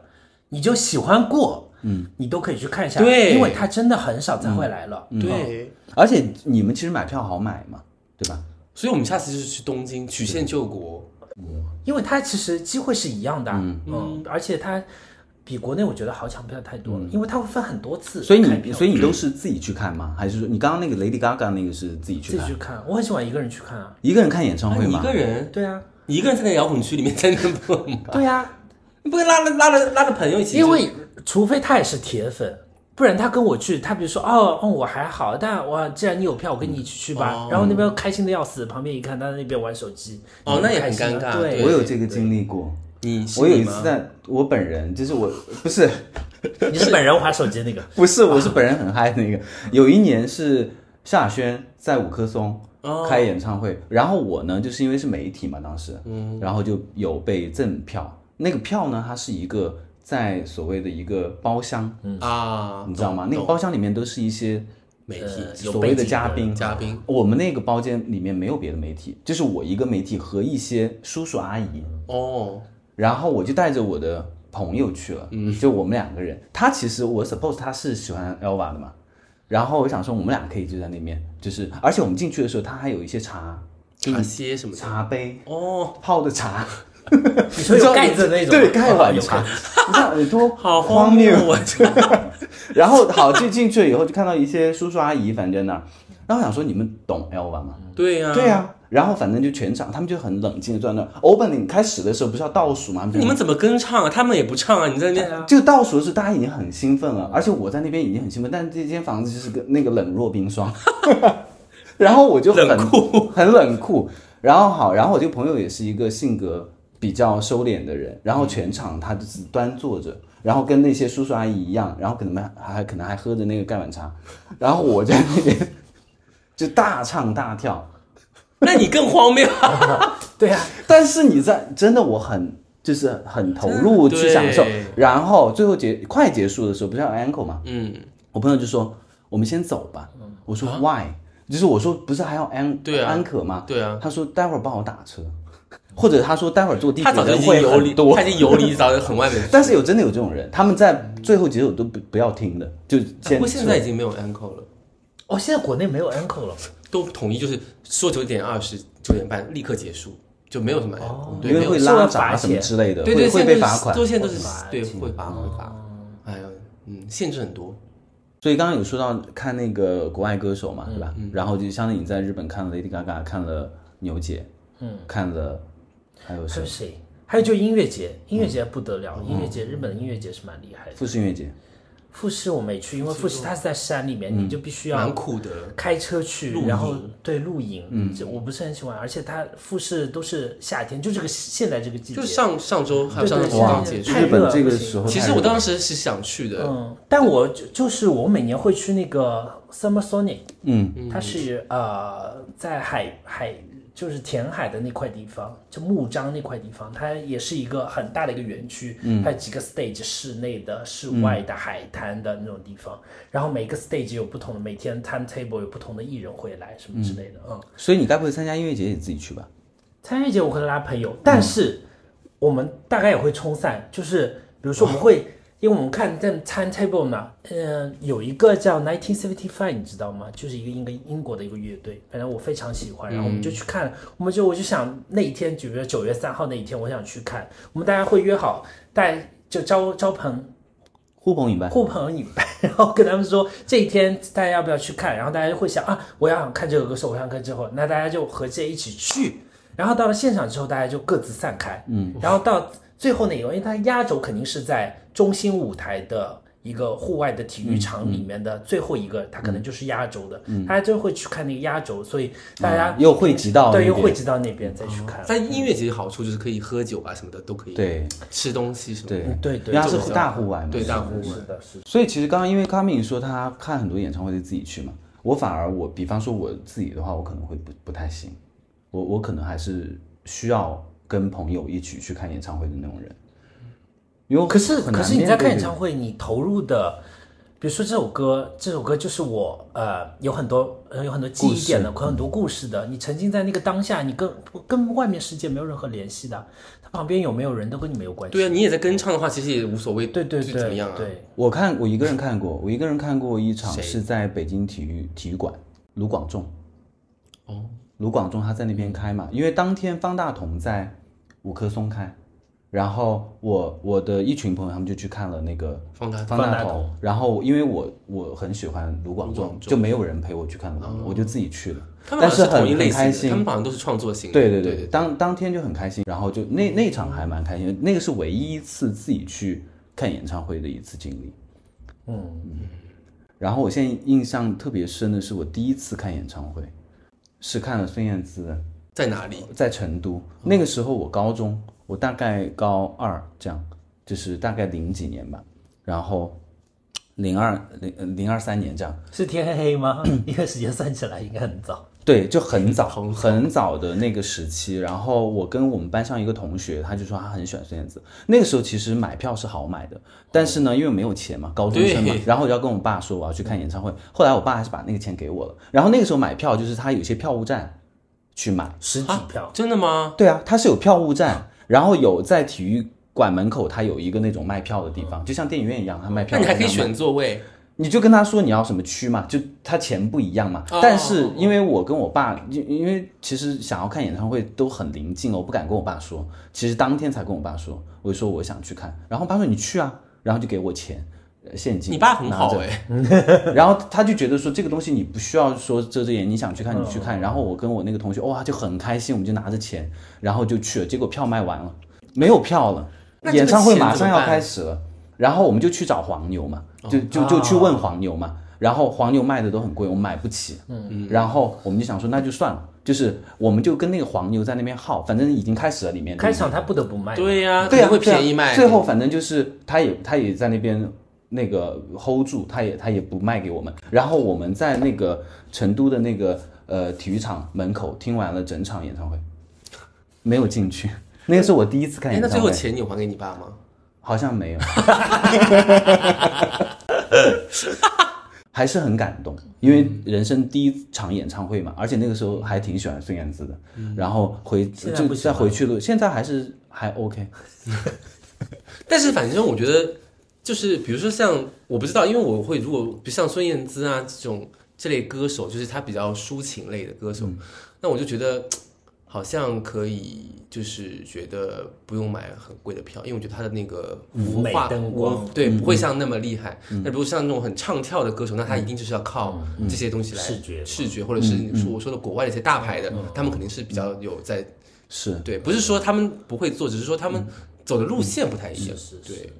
你就喜欢过，嗯，你都可以去看一下，
对
因为他真的很少再会
嗯
来了，
对，
而且你们其实买票好买嘛，对吧？
所以我们下次就是去东京曲线救国。
嗯
因为他其实机会是一样的，嗯，而且他比国内我觉得好抢票太多了，因为他会分很多次
嗯所以
开
你
票
所以你都是自己去看吗？还是说你刚刚那个 Lady Gaga 那个是自己去
自己
看
去？看，我很喜欢一个人去看啊，
一个人看演唱
那
会
你一
吗？
个人，
对啊，
你一个人在那个摇滚区里面在那蹦吗？
对啊，
你不会拉了拉了拉着朋友一起就？
因为除非他也是铁粉，不然他跟我去，他比如说哦，哦我还好，但我既然你有票，我跟你一起去吧。然后那边开心的要死，旁边一看他在那边玩手机，
哦那也很
开心啊
尴尬
对，
对
我有这个经历过。
你是
我有
你
一
吗
次在，我本人就是我不是
你是本人玩手机那个
不是，我是本人很嗨的那个。有一年是萧亚轩在五棵松
哦
开演唱会，然后我呢，就是因为是媒体嘛，当时，嗯，然后就有被赠票。那个票呢，它是一个在所谓的一个包厢，
啊，
你知道吗？
懂
那个包厢里面都是一些
媒体
呃有
所谓
背
的
景
嘉
的
宾，
嗯嘉宾
我们那个包间里面没有别的媒体，就是我一个媒体和一些叔叔阿姨，
哦，
然后我就带着我的朋友去了，嗯，就我们两个人。他其实我 suppose 他是喜欢 Elva 的嘛，然后我想说我们俩可以就在那面，就是而且我们进去的时候，他还有一些茶，就
茶
你
歇什么的
茶杯
哦，
泡的 茶，
你说有盖子的那种吗，哦
对，盖 碗
有
茶，你看有 多
好
荒
谬啊
谬，
我觉得
然后好进进去了以后，就看到一些叔叔阿姨，反正那儿，然后我想说你们懂 Elva 吗？
对啊呀，
对啊呀、然后反正就全场他们就很冷静的坐在那儿。opening 开始的时候不是要倒数吗？他们就
你们怎么跟唱啊？他们也不唱啊，你在那边
就倒数的时候大家已经很兴奋了，而且我在那边已经很兴奋，但是这间房子就是个那个冷若冰霜，然后我就很
冷酷，
很冷酷。然后好，然后我这个朋友也是一个性格比较收敛的人，然后全场他就是端坐着，然后跟那些叔叔阿姨一样，然后可能还还可能还喝着那个盖碗茶，然后我在那边就大唱大跳，
那你更荒谬啊！
对啊，
但是你在真的我很就是很投入
真的
去享受
对，
然后最后结快结束的时候不是要 ankle 吗？
嗯，
我朋友就说我们先走吧，我说 why？、就是我说不是还要 an
对啊
安可吗？
对啊，
他说待会儿帮我打车， 或者他说待会儿坐地
他
铁
早就
人
已经
会
游离
很，多
他。已经游离到很 外面去了。
但是有真的有这种人，他们在最后结束都不不要听的，就
不
先
过现在已经没有 uncle 了，
哦，现在国内没有 uncle 了，
都统一就是说九点二十、九点半立刻结束，就没有什么 uncle，对，
哦因
没
为
有
会
是会
拉
罚
闸什么
钱
之类的，
对对，
会
现
会
在
被
都是
罚哦款。
都现在都
会
是
罚
对
钱
会罚会罚，哎呀，嗯，限制很多。
所以刚刚有说到看那个国外歌手嘛，对吧？然后就相当于你在日本看了 Lady Gaga，看了牛姐，嗯，看了还有
还
谁
有？谁？还有就音乐节，音乐节不得了，
哦
音乐节日本的音乐节是蛮厉害的。
富士音乐节，
富士我没去，因为富士它是在山里面，你就必须
嗯蛮
要
酷的，
开车去
露，营
然后对露营，
嗯
这我不是很喜欢，而且它富士都是夏天，就这个现在这个季节
就。上上周还有上周
对对
刚刚
对
结束
太。
日
热
本
了
这个
不行
时候太热了，
其实我当时是想去的，
嗯，但我就就是我每年会去那个 Summer Sonic，嗯，它是呃在海海就是填海的那块地方，就木章那块地方，它也是一个很大的一个园区，
嗯
它有几个 stage，室内的、室外的、海滩的那种地方，然后每个 stage 有不同的，每天 timetable 有不同的艺人会来什么之类的，嗯，
所以你该不会参加音乐节也自己去吧？
参与节我会拉朋友，但是我们大概也会冲散，就是比如说我们会，因为我们看在 timetable 嘛，嗯、有一个叫 Nineteen Seventy Five，你知道吗？就是一个英个英国的一个乐队，反正我非常喜欢，然后我们就去看，我们就我就想那一天，比如说九月三号那一天，我想去看，我们大家会约好，大家就招招朋
呼朋引伴，
互朋引伴，然后跟他们说这一天大家要不要去看，然后大家就会想啊，我要想看这个歌手，我想看这个，那大家就合计一起去。然后到了现场之后，大家就各自散开，嗯，然后到最后那一个，因为它压轴肯定是在中心舞台的一个户外的体育场里面的最后一个，它可能就是压轴
嗯
的，大家就会去看那个压轴，所以大家、
又汇集到
对
那
又
边
汇集到那边再去看，
但音乐节好处就是可以喝酒啊什么的都可以，，
对
吃东西什么的，
对
对对
因为它
这
是
种
大户外嘛，
对大户外
是的，是的，
所以其实刚刚因为 Coming 说他看很多演唱会得自己去嘛，我反而我比方说我自己的话，我可能会不不太行，我我可能还是需要跟朋友一起去看演唱会的那种人，因为我
可是
很
可
难
是你在
面对
看演
这
唱
个
会，你投入的，比如说这首歌，这首歌就是我呃有很多呃有很多记忆点的，有很多故事的。你沉浸在那个当下，你跟跟外面世界没有任何联系的，它旁边有没有人都跟你没有关系。
对啊，你也在跟唱的话，其实也无所谓，
对对
就
对
怎么样啊？
对，
我看我一个人看过，我一个人看过一
嗯
场
谁
是在北京体育体育馆，卢广仲。
哦，
卢广仲他在那边开
嗯
嘛，因为当天方大同在五棵松开，然后我我的一群朋友他们就去看了那个
呃方大
方
方大
大
同
同，
然后因为我我很喜欢卢广
卢
仲
广，仲哦
就没有人陪我去看卢广仲，我就自己去了，
他们
但
好像是
很
同一类型的，他
很开心
们。好像都是创作型的，
对对
对
对，当当天就很开心，然后就那那场还蛮开心，那个是唯一一次自己去看演唱会的一次经历。
嗯，
然后我现在印象特别深的是我第一次看演唱会，是看了孙燕姿的，
在哪里？
在成都。那个时候我高中，我大概高二这样，就是大概零几年吧。然后零二零零二三年这样，
是天黑黑吗？ 因为时间算起来应该很早。
对，就很早很早的那个时期，然后我跟我们班上一个同学，他就说他很喜欢孙燕姿。那个时候其实买票是好买的，但是呢，因为没有钱嘛，高中生嘛
对，
然后我就要跟我爸说我要去看演唱会。后来我爸还是把那个钱给我了。然后那个时候买票就是他有些票务站去买，
实体票，
真的吗？
对啊，它是有票务站，然后有在体育馆门口，它有一个那种卖票的地方，就像电影院一样，它卖票。
那你还可以
然后卖
选座位，
你就跟他说你要什么区嘛，就他钱不一样嘛。
哦
但是因为我跟我爸，因因为其实想要看演唱会都很临近了，我不敢跟我爸说。其实当天才跟我爸说，我就说我想去看，然后我爸说你去啊，然后就给我钱，呃现金。
你爸很
拿
好
着
哎、
然后他就觉得说这个东西你不需要说遮遮掩，你想去看你去看。然后我跟我那个同学哇就很开心，我们就拿着钱，然后就去了。结果票卖完了，没有票了，
那这个
演唱会
钱
马
怎
上
么
要
办
开始了。然后我们就去找黄牛嘛，就就就去问黄牛嘛。然后黄牛卖的都很贵，我们买不起。嗯，然后我们就想说那就算了，就是我们就跟那个黄牛在那边耗，反正已经开始了里面。
开场他不得不卖。
对呀、可
对啊，
能会
对啊
便宜卖。
最后反正就是他也他也在那边那个 hold 住，他也他也不卖给我们。然后我们在那个成都的那个呃体育场门口听完了整场演唱会，没有进去。那个是我第一次看
哎，
演
那最
唱
后
会，
钱你有还给你爸吗？
好 像没有，还是很感动，因为
嗯
人生第一场演唱会嘛，而且那个时候还挺喜欢孙燕姿的。
嗯
然后回
现在
就
不喜
再
欢
回去路，现在还是还 OK。
但是反正我觉得，就是比如说像我不知道，因为我会如果比如像孙燕姿啊这种这类歌手，就是她比较抒情类的歌
嗯
手，那我就觉得好像可以，就是觉得不用买很贵的票，因为我觉得她的那个
舞嗯
文
美
化
灯光
文对不会像那么厉害。那如果像那种很唱跳的歌手，那他一定就是要靠
嗯
这些东西来
视觉
视觉或者是你说我说的国外的一些大牌
嗯
的，他们肯定是比较有在
是，
对，不是说他们不会做，只是说他
嗯
们走的路线不太一样。对，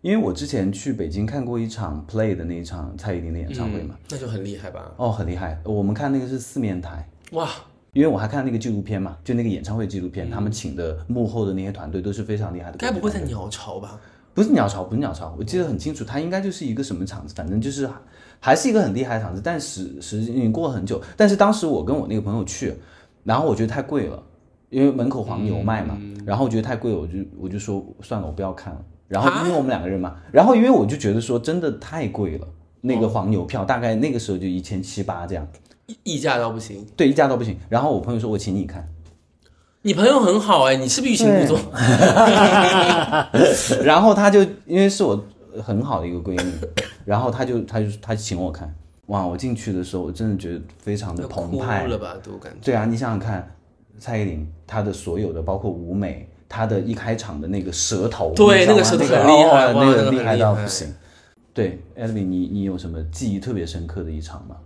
因为我之前去北京看过一场 Play 的那一场蔡依林的演唱会嘛，
嗯，那就很厉害吧？
哦，很厉害。我们看那个是四面台，
哇，
因为我还看那个纪录片嘛，就那个演唱会纪录片，他们请的幕后的那些团队都是非常厉害的。
嗯该不会在？鸟巢吧？
不是鸟巢，不是鸟巢，我记得很清楚，它应该就是一个什么场子，反正就是还是一个很厉害的场子，但时时已经过了很久。但是当时我跟我那个朋友去，然后我觉得太贵了，因为门口黄牛卖嘛，然后我觉得太贵了，我就我就说算了，我不要看了。然后因为我们两个人嘛，然后因为我就觉得说真的太贵了，那个黄牛票大概那个时候就一千七八这样，
溢溢价到不行。
对，一价都不行。然后我朋友说，我请你看，
你朋友很好哎、你是不是欲擒故纵？
然后他就因为是我很好的一个闺 蜜，然后他就他就他请我看，哇！我进去的时候，我真的觉得非常 的
要
澎
哭
湃。
了吧，都感觉。
对啊，你想想看，蔡依林她的所有的，包括舞美，她的一开场的那个舌头，
对
你知道
那
吗
个舌头
那个
很厉害
哦
哇
那
那
个
个
厉
很
害
厉
到
害
不行。对 e l v i 你你有什么记忆特别深刻的一场吗？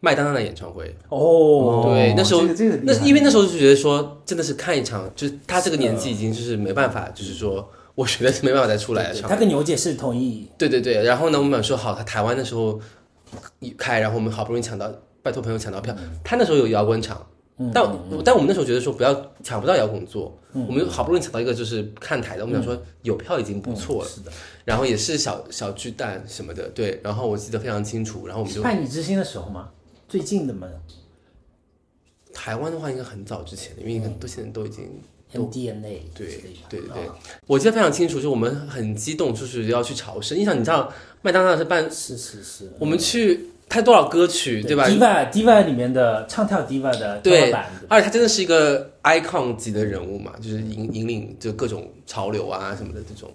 麦当娜的演唱会，
哦，
对，那时候、
这个这个厉害
那是因为那时候就觉得说，真的是看一场，就是他这个年纪已经就是没办法，就是说，我觉得是没办法再出来唱。
他跟牛姐是同一，
对对对，然后呢，我们想说好，他台湾的时候一开，然后我们好不容易抢到，拜托朋友抢到票。他那时候有摇滚场，但但我们那时候觉得说不要抢不到摇滚座，我们好不容易抢到一个就是看台的，我们想说有票已经不
嗯
错了。然后也是小小巨蛋什么的，对。然后我记得非常清楚，然后我们
是
就
叛逆之星的时候吗？最近的吗
台湾的话应该很早之前的，因为很多现在都已经
？MDNA
对
之类的
对对对，我记得非常清楚，就是我们很激动，就是要去朝圣。你想，你知道麦当娜是办，
是是是，
我们去他多少歌曲对吧？
？Diva Diva 里面的唱跳 Diva 的
对
跳板的，
而且他真的是一个 icon 级的人物嘛，就是引引领就各种潮流啊什么的这种，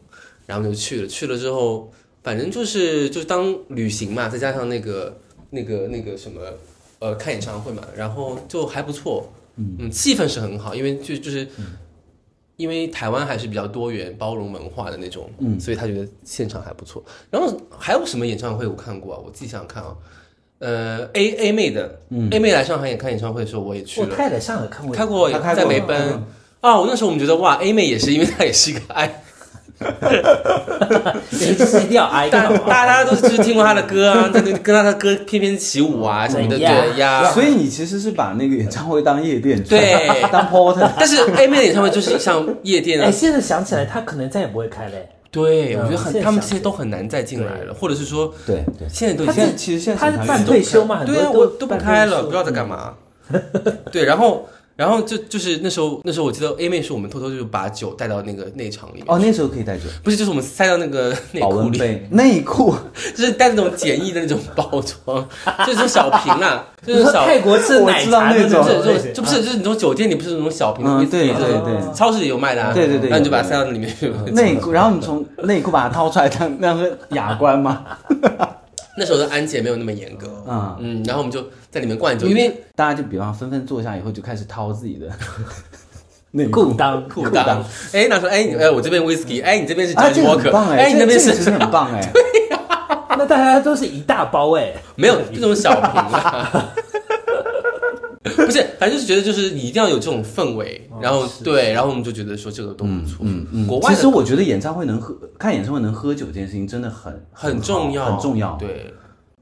然后就去了，去了之后，反正就是就是当旅行嘛，再加上那个那个那个什么呃看演唱会嘛，然后就还不错，嗯，气氛是很好，因为就就是。因为台湾还是比较多元、包容文化的那种，嗯，所以他觉得现场还不错。然后还有什么演唱会我看过啊？我自己想想看啊，呃，A A 妹的、a 妹来上海演看演唱会的时候，我也去
我
了，
太太上海看过，
开过，
她开过
在梅奔。啊，我那时候我们觉得哇，A 妹也是，因为她也是一个 i，
谁吃掉哎 I
大
干
大
嘛？
大家都是就是听过她的歌啊，在那跟她的歌翩翩起舞啊什么的，
对呀
对呀。
所以你其实是把那个演唱会当夜店去了，
啊对
当 porter。
但是 A 妹的演唱会就是像夜店
哎，
啊，
现在想起来，他可能再也不会开嘞。
对，我觉得
嗯现
很，
在
他们
想
这些都很难再进来了，或者是说
对对，
现在都已
现
经
在其实现在
他
审
是
查
半
员
退休嘛，很多
对啊，我都
都
不
半
开
退
了，
休
不知道在干。嘛。
嗯
对，然后，然后就就是那时候，那时候我记得 A 妹是我们偷偷就把酒带到那个内场里面，
哦，那时候可以带酒，
不是，就是我们塞到那 个内
保
裤
温
里，
杯、内裤，
就是带那种简易的那 种包装，就是那种小瓶啊，就
你说
是那种小
泰国制
我
奶
知道
茶的
那种
不是，
种类
就是
型，
就不是，就是你从酒店里不是那种小瓶的
嗯
杯子
对
嘛，
对
就是
对
超市里有卖的啊，
对对对
然后你就
有
把它
有
塞到里面去。
内裤，然后你从内裤把它掏出来当那个雅观嘛，
那时候的安检没有那么严格，
嗯，
嗯，然后我们就在里面灌酒，因为
大家就比方纷纷坐下以后就开始掏自己的内
裤
裤。
裆
裤裆，哎，那时候哎你哎我这边 whisky，哎你这边是
啊，
Johnny
这个很
Walker，
棒哎，
哎你那边
这
是
个其实很棒哎，
那大家都是一大包哎，
没有这种小瓶啊。 不是，反正就是觉得就是你一定要有这种氛围，
哦
然后对，然后我们就觉得说这个都不错。嗯嗯，国外
其实
的
我觉得演唱会能喝，看演唱会能喝酒这件事情真的很
很
好
重要，
很重要。，
对，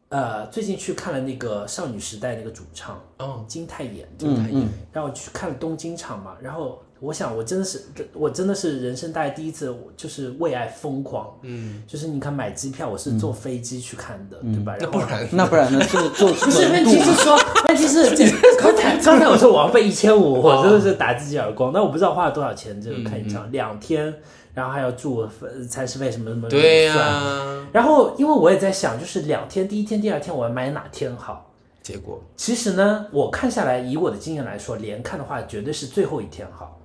呃，最近去看了那个少女时代那个主唱
哦
金泰妍，
真的太严
然后去看了东京场嘛，然后我想我真的是，我真的是人生大概第一次我就是为爱疯狂，嗯，就是你看买机票我是坐飞机去看的，对吧？然后
不然
那不然呢？就就
不是问
轮渡
题是说，问题是 刚才刚才我说我要被一千五，我真的
哦
是打自己耳光。但我不知道花了多少钱，
嗯
这个看一场两天，然后还要住呃餐食费什么什么，
对呀、
算然后因为我也在想，就是两天，第一天、第二天我要买哪天好。
结果
其实呢，我看下来，以我的经验来说，连看的话绝对是最后一天好，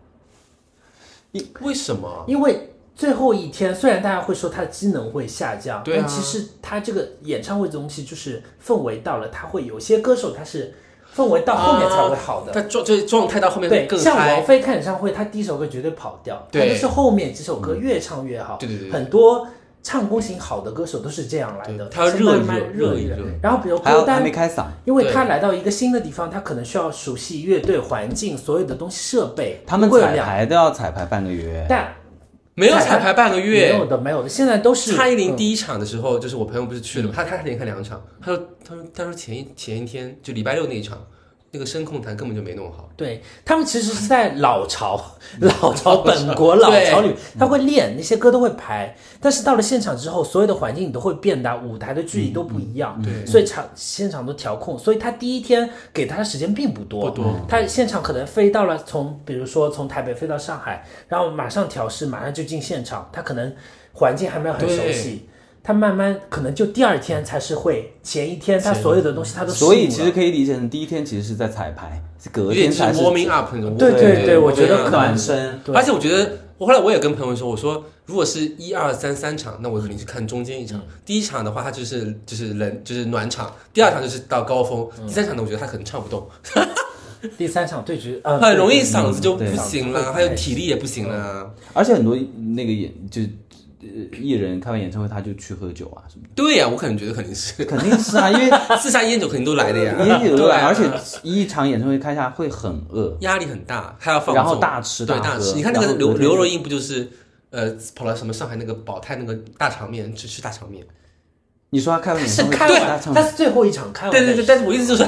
为什么？
因为最后一天虽然大家会说它的机能会下降，
对啊
但其实它这个演唱会这东西就是氛围到了，它会有些歌手他是氛围到后面
啊
才会好的。
他状就是状态到后面会
对，
更
像王
嗨，
菲看演唱会，她第一首歌绝对跑调，
对嗯
她就是后面几首歌越唱越好。
对对对对
很多唱功型好的歌手都是这样来的，
对她要
先
热一
慢慢
热
热
热一
热
热。
然后比如
还
歌
有
单
还没开嗓，
因为
对
他来到一个新的地方，他可能需要熟悉乐队环境、所有的东西、设备。
他们
会有
彩
两，
排都要彩排半个月。
但
没有彩排半个
没有
月。
的，没有的，现在都是嗯
蔡依林第一场的时候，就是我朋友不是去了吗？他他连看两场，他说他说他说前一前一天就礼拜六那一场，那个声控弹根本就没弄好。
对他们其实是在老潮、老潮本国老潮里，他会练那些歌都会排，但是到了现场之后，所有的环境你都会变的，舞台的距离都不一样，
对
所以场现场都调控，所以他第一天给他的时间并不多，
不多，
他现场可能飞到了从比如说从台北飞到上海，然后马上调试，马上就进现场，他可能环境还没有很熟
对
悉。他慢慢可能就第二天才是会，前一天他所有的东西他都适应
所以其
了
实可以理解成第一天其实是在彩排，是
有
隔
点
天
是
才是
warming up 那种。
对对对
对
我觉得
warming up
可能
暖身。
对
而且我觉得，我后来我也跟朋友说，我说如果是一二三三场，那我肯定是看中间一场。
嗯
第一场的话，它就是就是冷，就是暖场；第二场就是到高峰；
嗯
第三场呢，我觉得他可能唱不动，
第三场对决，呃，
很容易
对
嗓子就
对
不行
嗓子
了，
会
嗯
还有体力也不行了。
而且很多那个演就呃艺人开完演唱会他就去喝酒啊什么
对呀、我可能觉得肯定是
的，肯定是啊，因为
四下烟酒肯定都来的呀，
也有
对
啊，
啊，
而且一场演唱会开下会很饿，
压力很大，还要放纵
然后大吃
对
大喝
吃。你看那
然
个
后
刘
隔天
刘若英不就是呃跑到什么上海那个宝泰那个大肠面吃吃大肠面？
你说他开完演
是
唱会
开
他
完，
唱
他是最后一场开完，
对对对，但是我意思就是。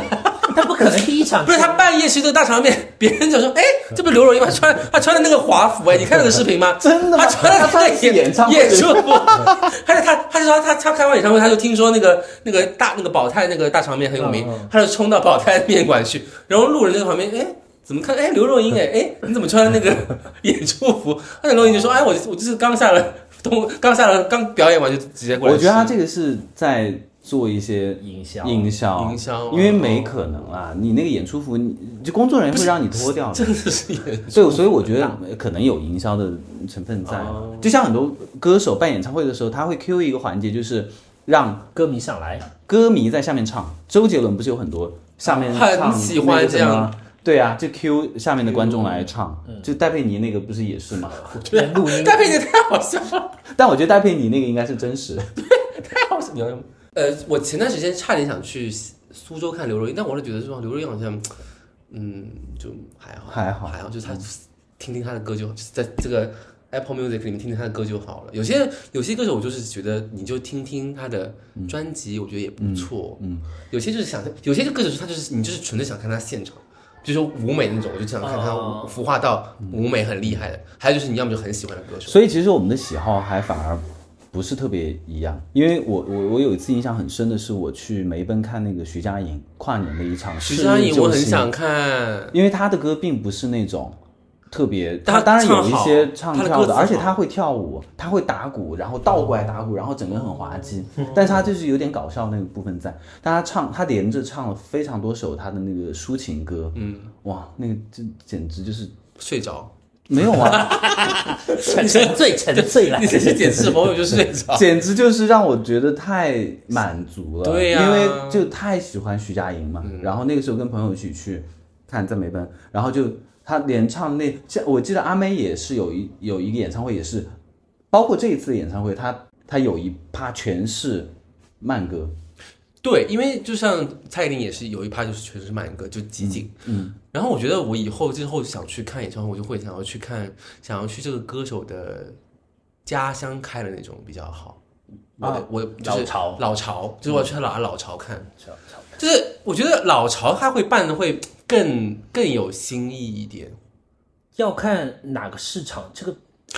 他不可能第一场
不是他半夜吃这个大肠面， 别人就说：“哎，这不是刘若英吗？穿她穿的那个华 服哎，你看那个视频吗？
真的吗
她穿的
她穿的
那
是演唱会
演出服， 而且她她就说她她开完演唱会，她就听说那个那个大那个宝泰那个大肠面很有名
嗯嗯，
她就冲到宝泰面馆去，然后路人就在旁边哎。”怎么看？哎，刘若英哎哎，你怎么穿那个 演出服？那刘若英就说：“哎，我我就是刚下了东，刚下了刚表演完就直接过来
我
吃。”
觉得他这个是在做一些
营销
营销，
营销啊
因为没可能啊，你那个演出服，你就工作人员会让你脱掉的
真。的是演
所以，所以我觉得可能有营销的成分在，就像很多歌手办演唱会的时候，他会 Q 一个环节，就是让
歌迷上来，
歌迷在下面唱。周杰伦不是有很多下面
啊很
唱
喜欢
那个什
这样嗯
么，对啊，就 Q 下面的观众来唱，就戴佩妮那个不是也是吗？
人录音，
戴佩妮太好笑了。
但我觉得戴佩妮那个应该是真实，
你要用呃，我前段时间差点想去苏州看刘若英，但我是觉得说刘若英好像，嗯，就还好，
还好嗯
还好，就是她听听她的歌就好，就是在这个 Apple Music 里面听听她的歌就好了。有些有些歌手，我就是觉得你就听听她的专
嗯
辑，我觉得也不错。嗯，有些就是想，有些歌手他就是你就是纯粹想看她现场。就是舞美那种，我就想看他
哦
服化道舞美很厉害的。还有就是你要么就很喜欢的歌手，
以
所以其实我们的喜好还反而不是特别一样，因为我我我有一次印象很深的是我去梅奔看那个徐佳莹跨年的一场，
徐佳莹我很想
看，
看，
因为她的歌并不是那种。特别，
她
她当然
唱
有一
好
些唱
她的
跳
歌
的，
词
而且
好
她会跳舞，她会打鼓，然后倒过来打鼓，然后整个很滑稽。但是她就是有点搞笑那个部分在。但她唱，她连着唱了非常多首她的那个抒情歌，嗯，哇，那个这简直就是
睡着。
没有啊，
沉醉沉醉了
你。这是点是朋友就睡着。
简直就是让我觉得太满足了，
对呀嗯
因为就太喜欢徐佳莹嘛。然后那个时候跟朋友一起去看在梅奔，然后就她连唱那，像我记得阿妹也是有一有一个演唱会也是，包括这一次的演唱会，她她有一趴全是慢歌，
对，因为就像蔡依林也是有一趴就是全是慢歌，就集锦。嗯，然后我觉得我以后之后想去看演唱会，我就会想要去看，想要去这个歌手的家乡开的那种比较好。我的、我的就是
老巢
老巢就是我要去他老老巢看，就是我觉得老巢他会办的会更更有新意一点。
要看哪个市场，这个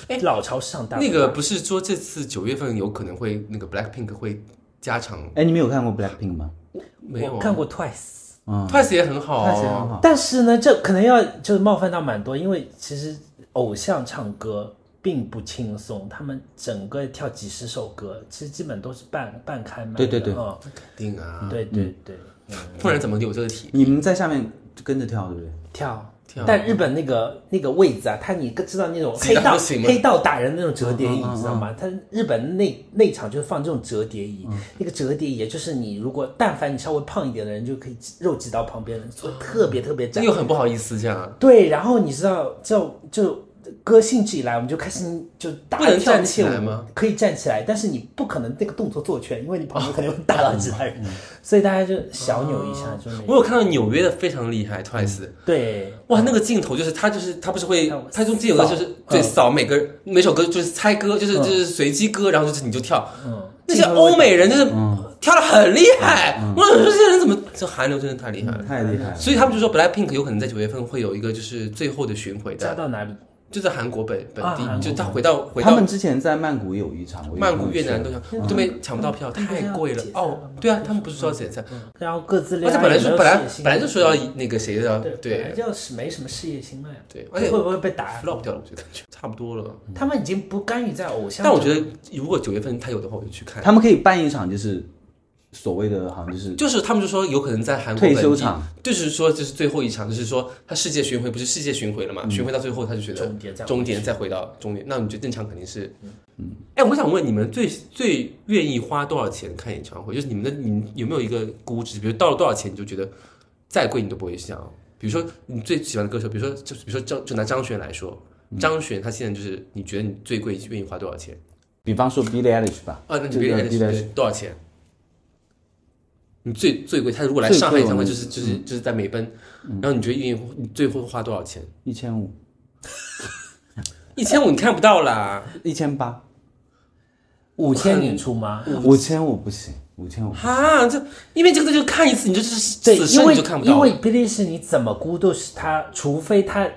哎
老潮市场大啊
那个不是说这次九月份有可能会那个 Blackpink 会加场
哎，你们有看过 Blackpink 吗？嗯
没有
我
啊
看过 Twice，
，Twice 也很好、哦，
她写得很好，
但是呢，这可能要就是冒犯到蛮多，因为其实偶像唱歌并不轻松，他们整个跳几十首歌，其实基本都是半半开麦的。
对对对
嗯
肯定啊，
对对对，
不然怎么有这个题？
你们在下面跟着跳对不对？
跳
跳。
但日本那个那个位子啊，他你知道那种黑
挤到
道
不行吗嗯
黑道打人的那种折叠椅，你知道吗？他日本那那场就是放这种折叠椅，
嗯
那个折叠椅就是你如果但凡你稍微胖一点的人就可以挤肉挤到旁边，所以
嗯
特别特别窄
那。又很不好意思这样。啊
对，然后你知道，就就歌兴致以来，我们就开始就大
不能
跳
站起
切舞
来吗？
可以站起来，但是你不可能那个动作做全，因为你旁边可能会打到其他
嗯
人，所以大家就小扭一下，就那
我
个。
有看到纽约的非常厉害，Twice，
对，
哇，那个镜头就是他就是他不是会
还有
他中间有的就是
扫
对
嗯
扫每个每首歌就是猜歌，就是就是随机歌，然后就是你就跳。
嗯，
那些
镜头会
欧美人就是跳的很厉害，
嗯
我想说这些人怎么这韩流真的太厉害了。
太厉害了，
所以他们就说 BLACKPINK 有可能在九月份会有一个就是最后的巡回
加
的，
到哪里？
就在韩国本本
啊韩
地，
国
就他回到回
他
到
们之前在曼谷有一场，我有
曼谷、
朋友
越南
去
都想都没抢不到票，太贵了
解。散了
哦
吗，
对啊，他们不是说要解散，
然后各自
啊而
恋
且
爱。
本来说本来
有没有事业心
本来就说要那个谁的，
对，本来
对
就是没什么事业心嘛。
对，而且
会不会被打？
flop 掉了，我觉得感觉差不多了。
他们已经不干预在偶像。
但我觉得如果九月份他有的话，我就去看。
他们可以办一场，就是所谓的好像就是
就是他们就说有可能在韩国
退
本
休
地，
场，
就是说这是最后一场，就是说他世界巡回不是世界巡回了嘛？巡回到最后他就觉得
嗯终点再回去嗯
终点再回到终点，那你觉得正常肯定是？哎，我想问你们最最愿意花多少钱看演唱会？就是你们的你有没有一个估值？比如到了多少钱你就觉得再贵你都不会想？比如说你最喜欢的歌手，比如说就比如说张就拿张悬来说，
嗯
张悬他现在就是你觉得你最贵愿意花多少钱？
比方说 Billie Eilish 吧，
啊，那你
这
别
个
人
Billie Eilish
多少钱？你最最贵，他如果来
最
上海
贵
演唱
我
会，
们
就是就是就是在美奔，然后你觉得愿意，你最后花多少钱？
一千五、
一千五你看不到啦，
一千八、
五千你出吗？
嗯
五千五不行，五千五。
哈，这因为这个就看一次，你就是
对，
此
因
生
为
你就看不
因
到
为
了。
比利时你怎么估都是他，除非他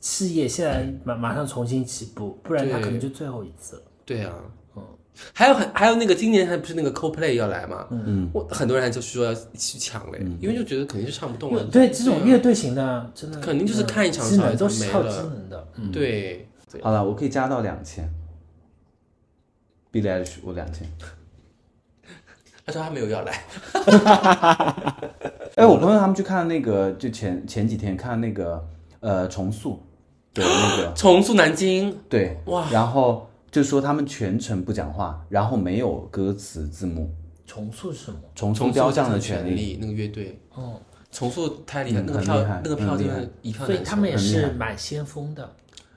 事业现在马马上重新起步，不然他
对
可能就最后一次了。
对啊，还有很还有那个今年还不是那个 CoPlay 要来嘛？嗯，我很多人还就说要去抢嘞，因为就觉得肯定是唱不动了。啊
对，这种乐队型的真的
肯定就是
嗯
看一场
机
少
能
一
都
场
是
没
靠
了
机能的。嗯
对对，
好了，我可以加到两千。Billie Eilish 我两千。
他说他没有要来，，
哎，我朋友他们去看那个，就前前几天看那个呃重塑的那个
重塑南京，
对，
哇
然后就说他们全程不讲话，然后没有歌词字幕，
重塑是什么？
重塑
重
雕
塑
像的
权
权利。
利那个乐队，
哦，
重塑太厉害，
嗯
那个
很
票
厉害
那个票
很厉
真
害
的一票
所以
难求。
他们也嗯是
很厉害
蛮先锋的。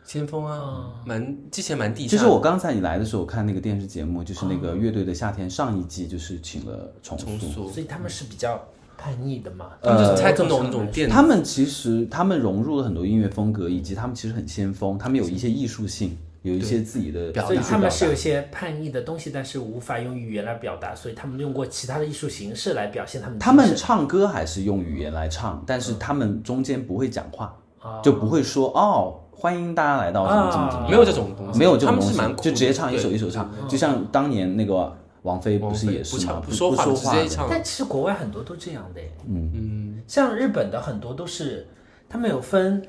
先锋啊，蛮之前蛮地下
其
的。
实我刚才你来的时候，我看那个电视节目，就是那个乐队的夏天上一季，就是请了重
啊重
塑。
塑
所，以他们是比较叛逆的嘛，
他们就是
呃
techno 那种电，
他们其实他们融入了很多音乐风格，以及他们其实很先锋，他们有一些艺术性，有一些自己的
表达
所以
自己
他们是有一
表
些叛逆的东西，但是无法用语言来表达，所以他们用过其他的艺术形式来表现他们
达
的
他
精
们
神
唱歌还是用语言来唱，但是他们中间不会讲话，
啊
就不会说哦，欢迎大家来到什么什么什么，
啊
没有这种东西，
没有这种
他们
东
是
西
蛮，酷
就
的
直接唱一首
对
一首唱，就像当年那个王菲不是也是
唱
吗？
不
不
说
不
话
说
直
话
接
的
唱，
但其实国外很多都这样的，嗯嗯，像日本的很多都是，他们有分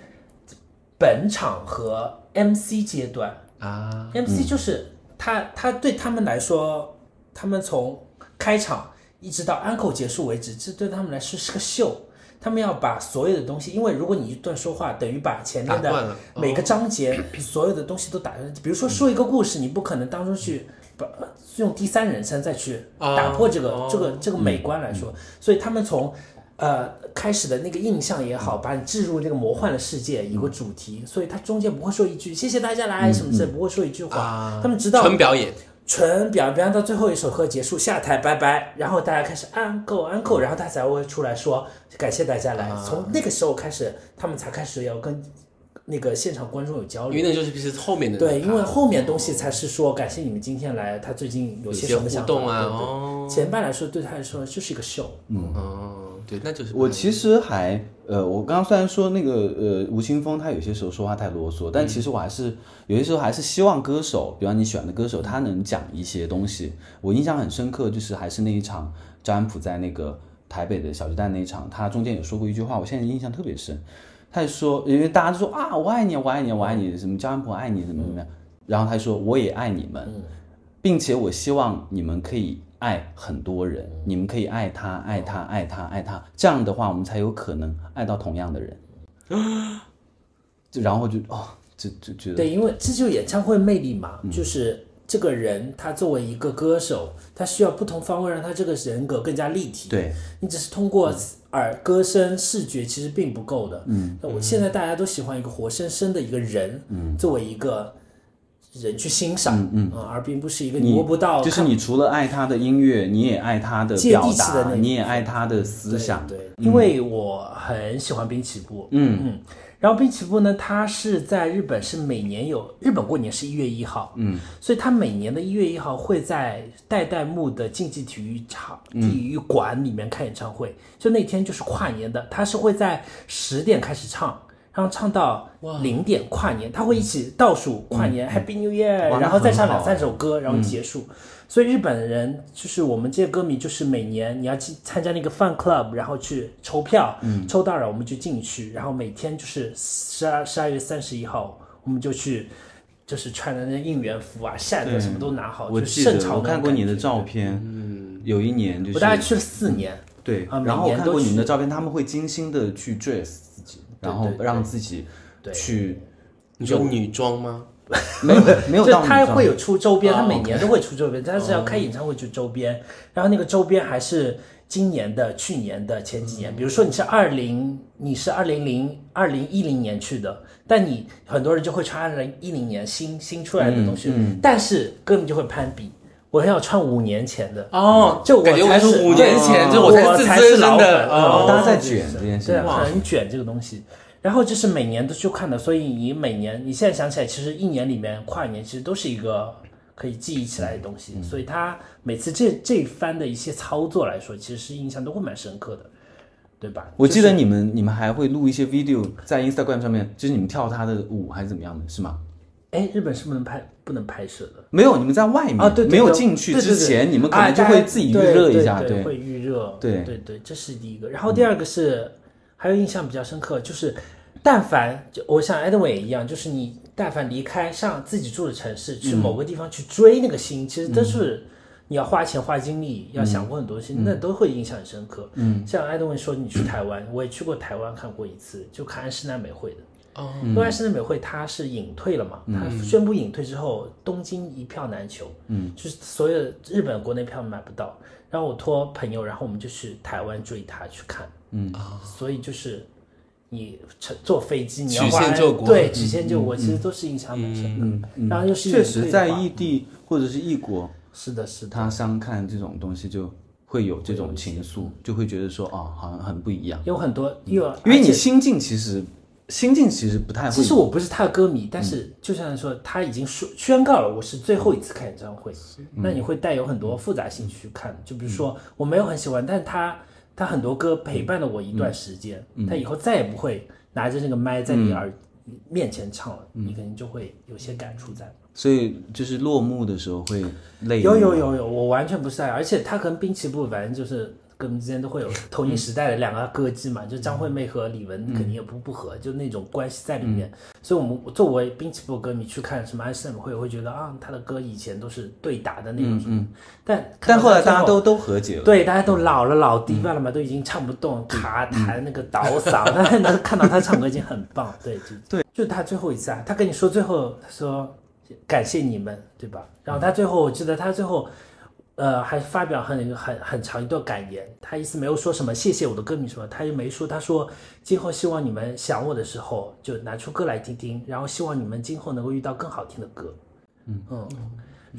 本场和 MC 阶段啊，MC
嗯
就是他他对他们来说，他们从开场一直到 uncle 结束为止，这对他们来说是个秀。他们要把所有的东西，因为如果你一段说话，等于把前面
打断了哦
的每个章节所有的东西都打断。比如说说一个故事，你不可能当中去把用第三人称再去打破这个、
哦
这个这个美观来说，所以他们从呃开始的那个印象也好，把你置入这个魔幻的世界有
嗯
个主题，所以他中间不会说一句谢谢大家来什么
嗯
之类，不会说一句
啊
话，他们直到
纯表演，
纯表表演到最后一首歌结束下台拜拜，然后大家开始 uncle uncle，然后他才会出来说感谢大家来，
啊
从那个时候开始，他们才开始要跟那个现场观众有交
因
流，
为那就是其实后面的
对，
那
因为
趴
后面东西才是说感谢你们今天来，他最近有
有
些
些
什
互
么想法
动啊，
对对
哦
前半来说对他来说就是一个秀，
哦，对，那就是
嗯我其实还呃，我刚刚虽然说那个呃吴青峰他有些时候说话太啰嗦，但
嗯
其实我还是、有些时候还是希望歌手，比方你喜欢的歌手，他能讲一些东西。我印象很深刻，就是还是那一场张安普在那个台北的小巨蛋那一场，他中间有说过一句话，我现在印象特别深。他就说，因为大家都说啊，我爱你，我爱你，我爱你，什么张安普爱你，怎么怎么样，
嗯
然后他说我也爱你们，并且我希望你们可以爱很多人，
嗯
你们可以爱他，爱他，爱他，爱他。这样的话，我们才有可能爱到同样 的人。就然后就哦，就就觉得
对，因为这就是演唱会魅力嘛，
嗯
就是这个人他作为一个歌手，他需要不同方位让他这个人格更加立体。
对
你只是通过耳、歌声、视觉其实并不够的。嗯，我现在大家都喜欢一个活生生的一个人，嗯，作为一个人去欣赏，嗯啊，而并不是一个你摸不到，
就是
哦看
你除了爱他的音乐，你也爱他的
接地
表
气的那
达，
种
你也爱他的思想。
嗯对，对因为我很喜欢滨崎步，嗯嗯，然后滨崎步呢，它是在日本是每年有日本过年是一月一号，嗯，所以它每年的一月一号会在代代木的竞技体育场
嗯
体育馆里面开演唱会，就那天就是跨年的，它是会在十点开始唱。然后唱到零点跨年，他会一起倒数跨年、Happy New Year，
嗯哇那
然后再唱
很好哎
两
嗯
三首歌，然后结束。所以日本人就是我们这些歌迷，就是每年你要去参加那个 fan club，然后去抽票，
嗯
抽到了我们就进去，然后每天就是十二十二月三十一号，我们就去，就是穿的那应援服啊、扇子什么都拿好，
我
就
记
是
得
盛朝
我看过你的照
片，
片，嗯，有一年就是
我大概去了四年，
对，
啊每
然后我
年
看
都
过你们的
去
照片，他们会精心的去 dress 自己，然后
对对
让自己
对
去
你说女装吗？
没有 没有
就
到
他
女装
会有出周边，
哦
他每年都会出周边，他只要开
哦
演唱会就周边，然后那个周边还是今年的、去年的、前几
嗯
年，比如说你是二零，你是二零零二零一零年去的，但你很多人就会穿二零一零年新新出来的东西，
嗯
但是歌迷就会攀比，我要穿五年前的，
哦
就我
感觉我
才
是
是
五年前，
哦
就才是
我才
资
是
深
老
的
粉
哦，
哦大家在卷这件事
对，啊
情，
很卷这个东西。然后就是每年都去看的，所以你每年你现在想起来，其实一年里面跨年其实都是一个可以记忆起来的东
嗯
西，所以他每次这这一番的一些操作来说，其实是印象都会蛮深刻的，对吧？
我记得
就是
你们你们还会录一些 video 在 Instagram 上面，就是你们跳他的舞还是怎么样的，是吗？
哎，日本是不能拍不能拍摄的
没有，你们在外面
啊，对，对
没有
对
进去
对对
之
对
前，你们可
啊
能就
大
会
家
自己预
对
热一
对
下，
对
对
会预热，
对嗯
对对，这是第一个。然后第二个是还有印象比较深刻，就是但凡就我想 Edwin 也一样，就是你但凡离开上自己住的城市，
嗯
去某个地方去追那个星，其实都是。你要花钱花精力，要想过很多东西，
嗯
那都会印象很深刻。嗯，像艾德文说，你去台湾，我也去过台湾看过一次，就看安室奈美惠的。
哦，
因为安室奈美惠她是隐退了嘛，她宣布隐退之后，东京一票难求，嗯，就是所有日本国内票买不到。然后我托朋友，然后我们就去台湾追她去看，嗯所以就是你乘坐飞机，你要
曲
花
线救国
对，曲线救国，其实都是印象蛮深的。然后又是
嗯确实
隐退的
在嗯
话
异地或者是异国，
是的，是的，
他相看这种东西就会有这种情愫，就会觉得说哦，好像很不一样，
有很多，因为
因为
而且
你心境其实心境其实不太会。嗯
其实我不是他的歌迷，但是就像说，他已经说宣告了我是最后一次看演唱会，
嗯
那你会带有很多复杂性去看。就比如说，我没有很喜欢，但他他很多歌陪伴了我一段时间，
嗯
他以后再也不会拿着那个麦在你耳面前唱了，
嗯
你肯定就会有些感触在。
所以就是落幕的时候会累。
有有。有有，我完全不是爱，而且他跟滨崎步反正就是哥们之间都会
嗯
有同一时代的两个歌姬嘛，就张惠妹和李玟肯定也不不合，就那种关系在里
嗯
面。所以我们作为滨崎步歌迷去看什么 S M 会，会觉得啊，他的歌以前都是对打的那种什么，但
嗯但后来大家
都。
都都和解了。
对，大家都老了，老迪拜了嘛，都已经唱不动，卡
嗯
弹那个倒 嗓，但是能看到他唱歌已经很棒。对，就对，就是他最后一次啊，他跟你说最后，他说感谢你们，对吧？然后他最后，我记得他最后，呃，还发表很很很长一段感言，他意思没有说什么谢谢我的歌迷什么，他又没说，他说今后希望你们想我的时候就拿出歌来听听，然后希望你们今后能够遇到更好听的歌。嗯嗯。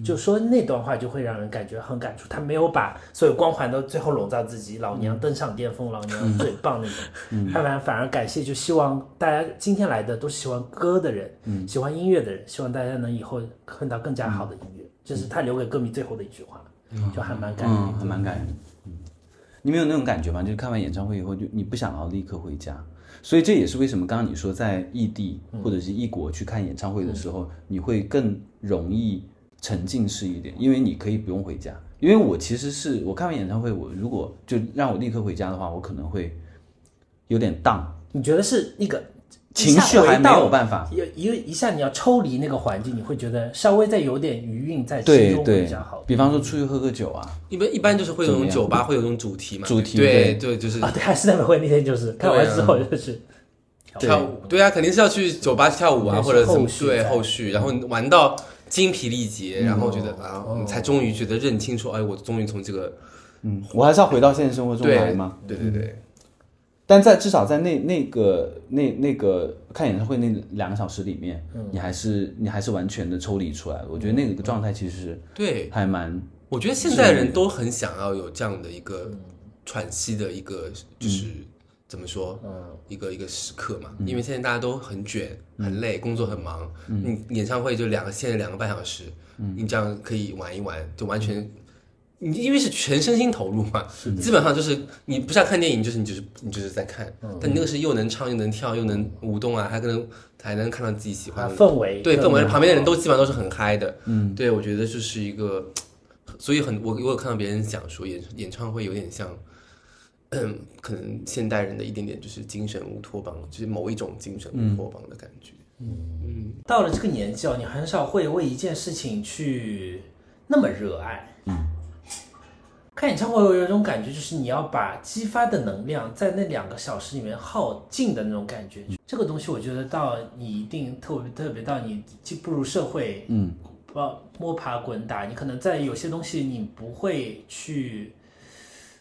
就说那段话就会让人感觉很感触，他没有把所有光环都最后笼罩自己，老娘登上巅峰，老娘最棒那
嗯
种，他反而反而感谢，就希望大家今天来的都是喜欢歌的人，
嗯
喜欢音乐的人，希望大家能以后看到更加好的音乐，这是他留给歌迷最后的一句话，就还蛮感人
嗯嗯，还蛮感人。嗯，你没有那种感觉吗？就是看完演唱会以后，就你不想要立刻回家，所以这也是为什么刚刚你说在异地
嗯
或者是异国去看演唱会的时候，你会更容易沉浸式一点，因为你可以不用回家。因为我其实是我看完演唱会，我如果就让我立刻回家的话，我可能会有点荡，
你觉得是那个
情绪还没有办法。
有一一下你要抽离那个环境，你会觉得稍微再有点余韵在其
对
中会
对
比较好，。
比方说出去喝个酒啊，
一般一般就是会有那种酒吧会有那种主题嘛，
主题
对
对
对， 就是
啊，对，还是在美会那天就是看
啊
完之后就是。
跳舞，对啊，肯定是要去酒吧跳舞啊，
对
或者
是
怎么
后续
对
在
后续，然后你玩到精疲力竭，然后觉
嗯
得啊，
哦
你才终于觉得认清说，哎，我终于从这个
嗯，我还是要回到现实生活中来
对
吗？
对对
嗯
对，
但在至少在那那个那那个看演唱会那两个小时里面，你还是你还是完全的抽离出来了。我觉得那个状态其实
对，
还蛮
我觉得现在人都很想要有这样的一个喘息的一个，就是怎么说，一个一个时刻嘛。因为现在大家都很卷、很累，工作很忙，你演唱会就两个现在两个半小时，你这样可以玩一玩，就完全。你因为是全身心投入嘛，基本上嗯就是你不像看电影，就是你就是你就是在看，但你那个是又能唱又能跳又能舞动啊，还可能还能看到自己喜欢
啊
的，
氛围，
对，氛围旁边的人
都
都基本上都是很嗨的。嗯，对，我觉得就是一个，所以很我我有看到别人讲说演演唱会有点像，嗯，可能现代人的一点点就是精神乌托邦，就是某一种精神乌托邦的感觉。
到了这个年纪哦，你很少会为一件事情去那么热爱。嗯，看演唱会有一种感觉，就是你要把激发的能量在那两个小时里面耗尽的那种感
嗯
觉。这个东西，我觉得到你一定特别特别到你步入社会，嗯，摸爬滚打，你可能在有些东西你不会去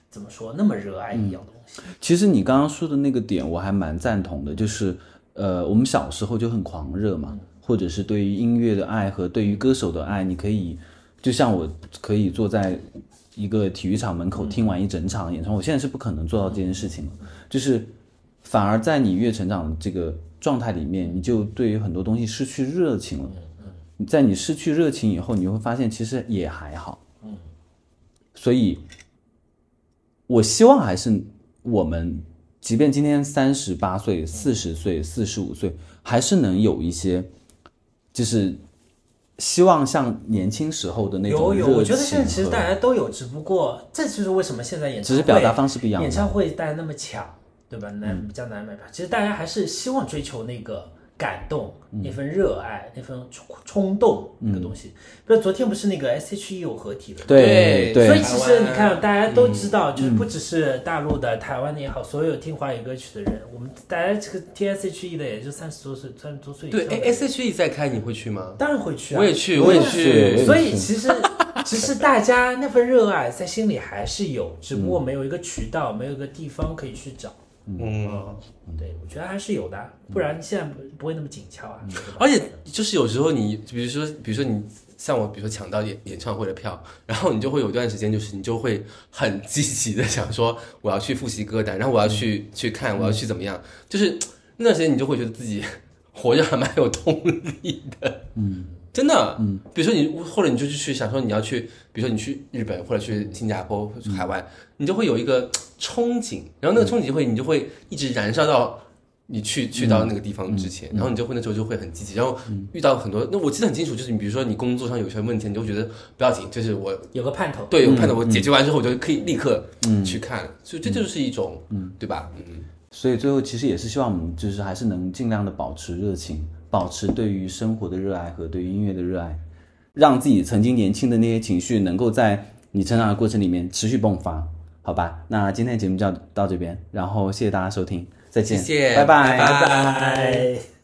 怎么说那么热爱一样
嗯
东西。
其实你刚刚说的那个点，我还蛮赞同的，就是呃，我们小时候就很狂热嘛，或者是对于音乐的爱和对于歌手的爱，你可以就像我可以坐在一个体育场门
嗯
口听完一整场演唱会，我现在是不可能做到这件事情了，就是反而在你越成长的这个状态里面，你就对于很多东西失去热情了。
嗯
在你失去热情以后，你会发现其实也还好。嗯，所以我希望还是我们，即便今天三十八岁、四十岁、四十五岁，还是能有一些，就是希望像年轻时候的那
有
种
有，我觉得
热情
现在其实
和
大家都有，只不过这就是为什么现在演唱会
只是表达方式不一样
演唱会大家那么抢，对吧？
嗯
难比较难买票。其实大家还是希望追求那个感动、
嗯
那份热爱、那份冲冲动那个东西。不是昨天不是那个 S.H.E 有合体的吗？
对
对嗯
所以
对
其实你
台
看，
湾
大家都知道，就是不只是大陆的、台湾的也好，所有听华语歌曲的人，我们大家这个 T S H E 的也就三十多岁、三十多岁以上
对，
的人。
哎，S H E 在开，你会去吗？
当然会去啊，
我也去，
我也
也
去
去。
所以其实 其实大家那份热爱在心里还是有，只不过没有一个渠道，没有一个地方可以去找。
嗯，
对，我觉得还是有的，不然现在不不会那么紧俏啊。对吧
而且就是有时候你，比如说，比如说你像我，比如说抢到演演唱会的票，然后你就会有一段时间，就是你就会很嗯积极的想说，我要去复习歌单，然后我要去、去看，我要去怎么样，就是那段时间你就会觉得自己活着还蛮有动力的，嗯，真的，嗯，比如说你或者你就去想说你要去，比如说你去日本或者去新加坡或者海外，你就会有一个憧憬，然后那个憧憬会你就会一直燃烧到。你去去到那个地方之前，然后你就会那时候就会很积极，然后遇到很多，那我记得很清楚，就是你比如说你工作上有些问题，你就会觉得不要紧，就是我
有个盼头。
对，有看到我解决完之后，我就可以立刻去看，所以这就是一种，对吧？嗯，
所以最后其实也是希望我们就是还是能尽量的保持热情，保持对于生活的热爱和对于音乐的热爱，让自己曾经年轻的那些情绪能够在你成长的过程里面持续迸发，好吧？那今天的节目就到到这边，然后谢谢大家收听，再
谢
见，
谢，
拜拜
拜
拜。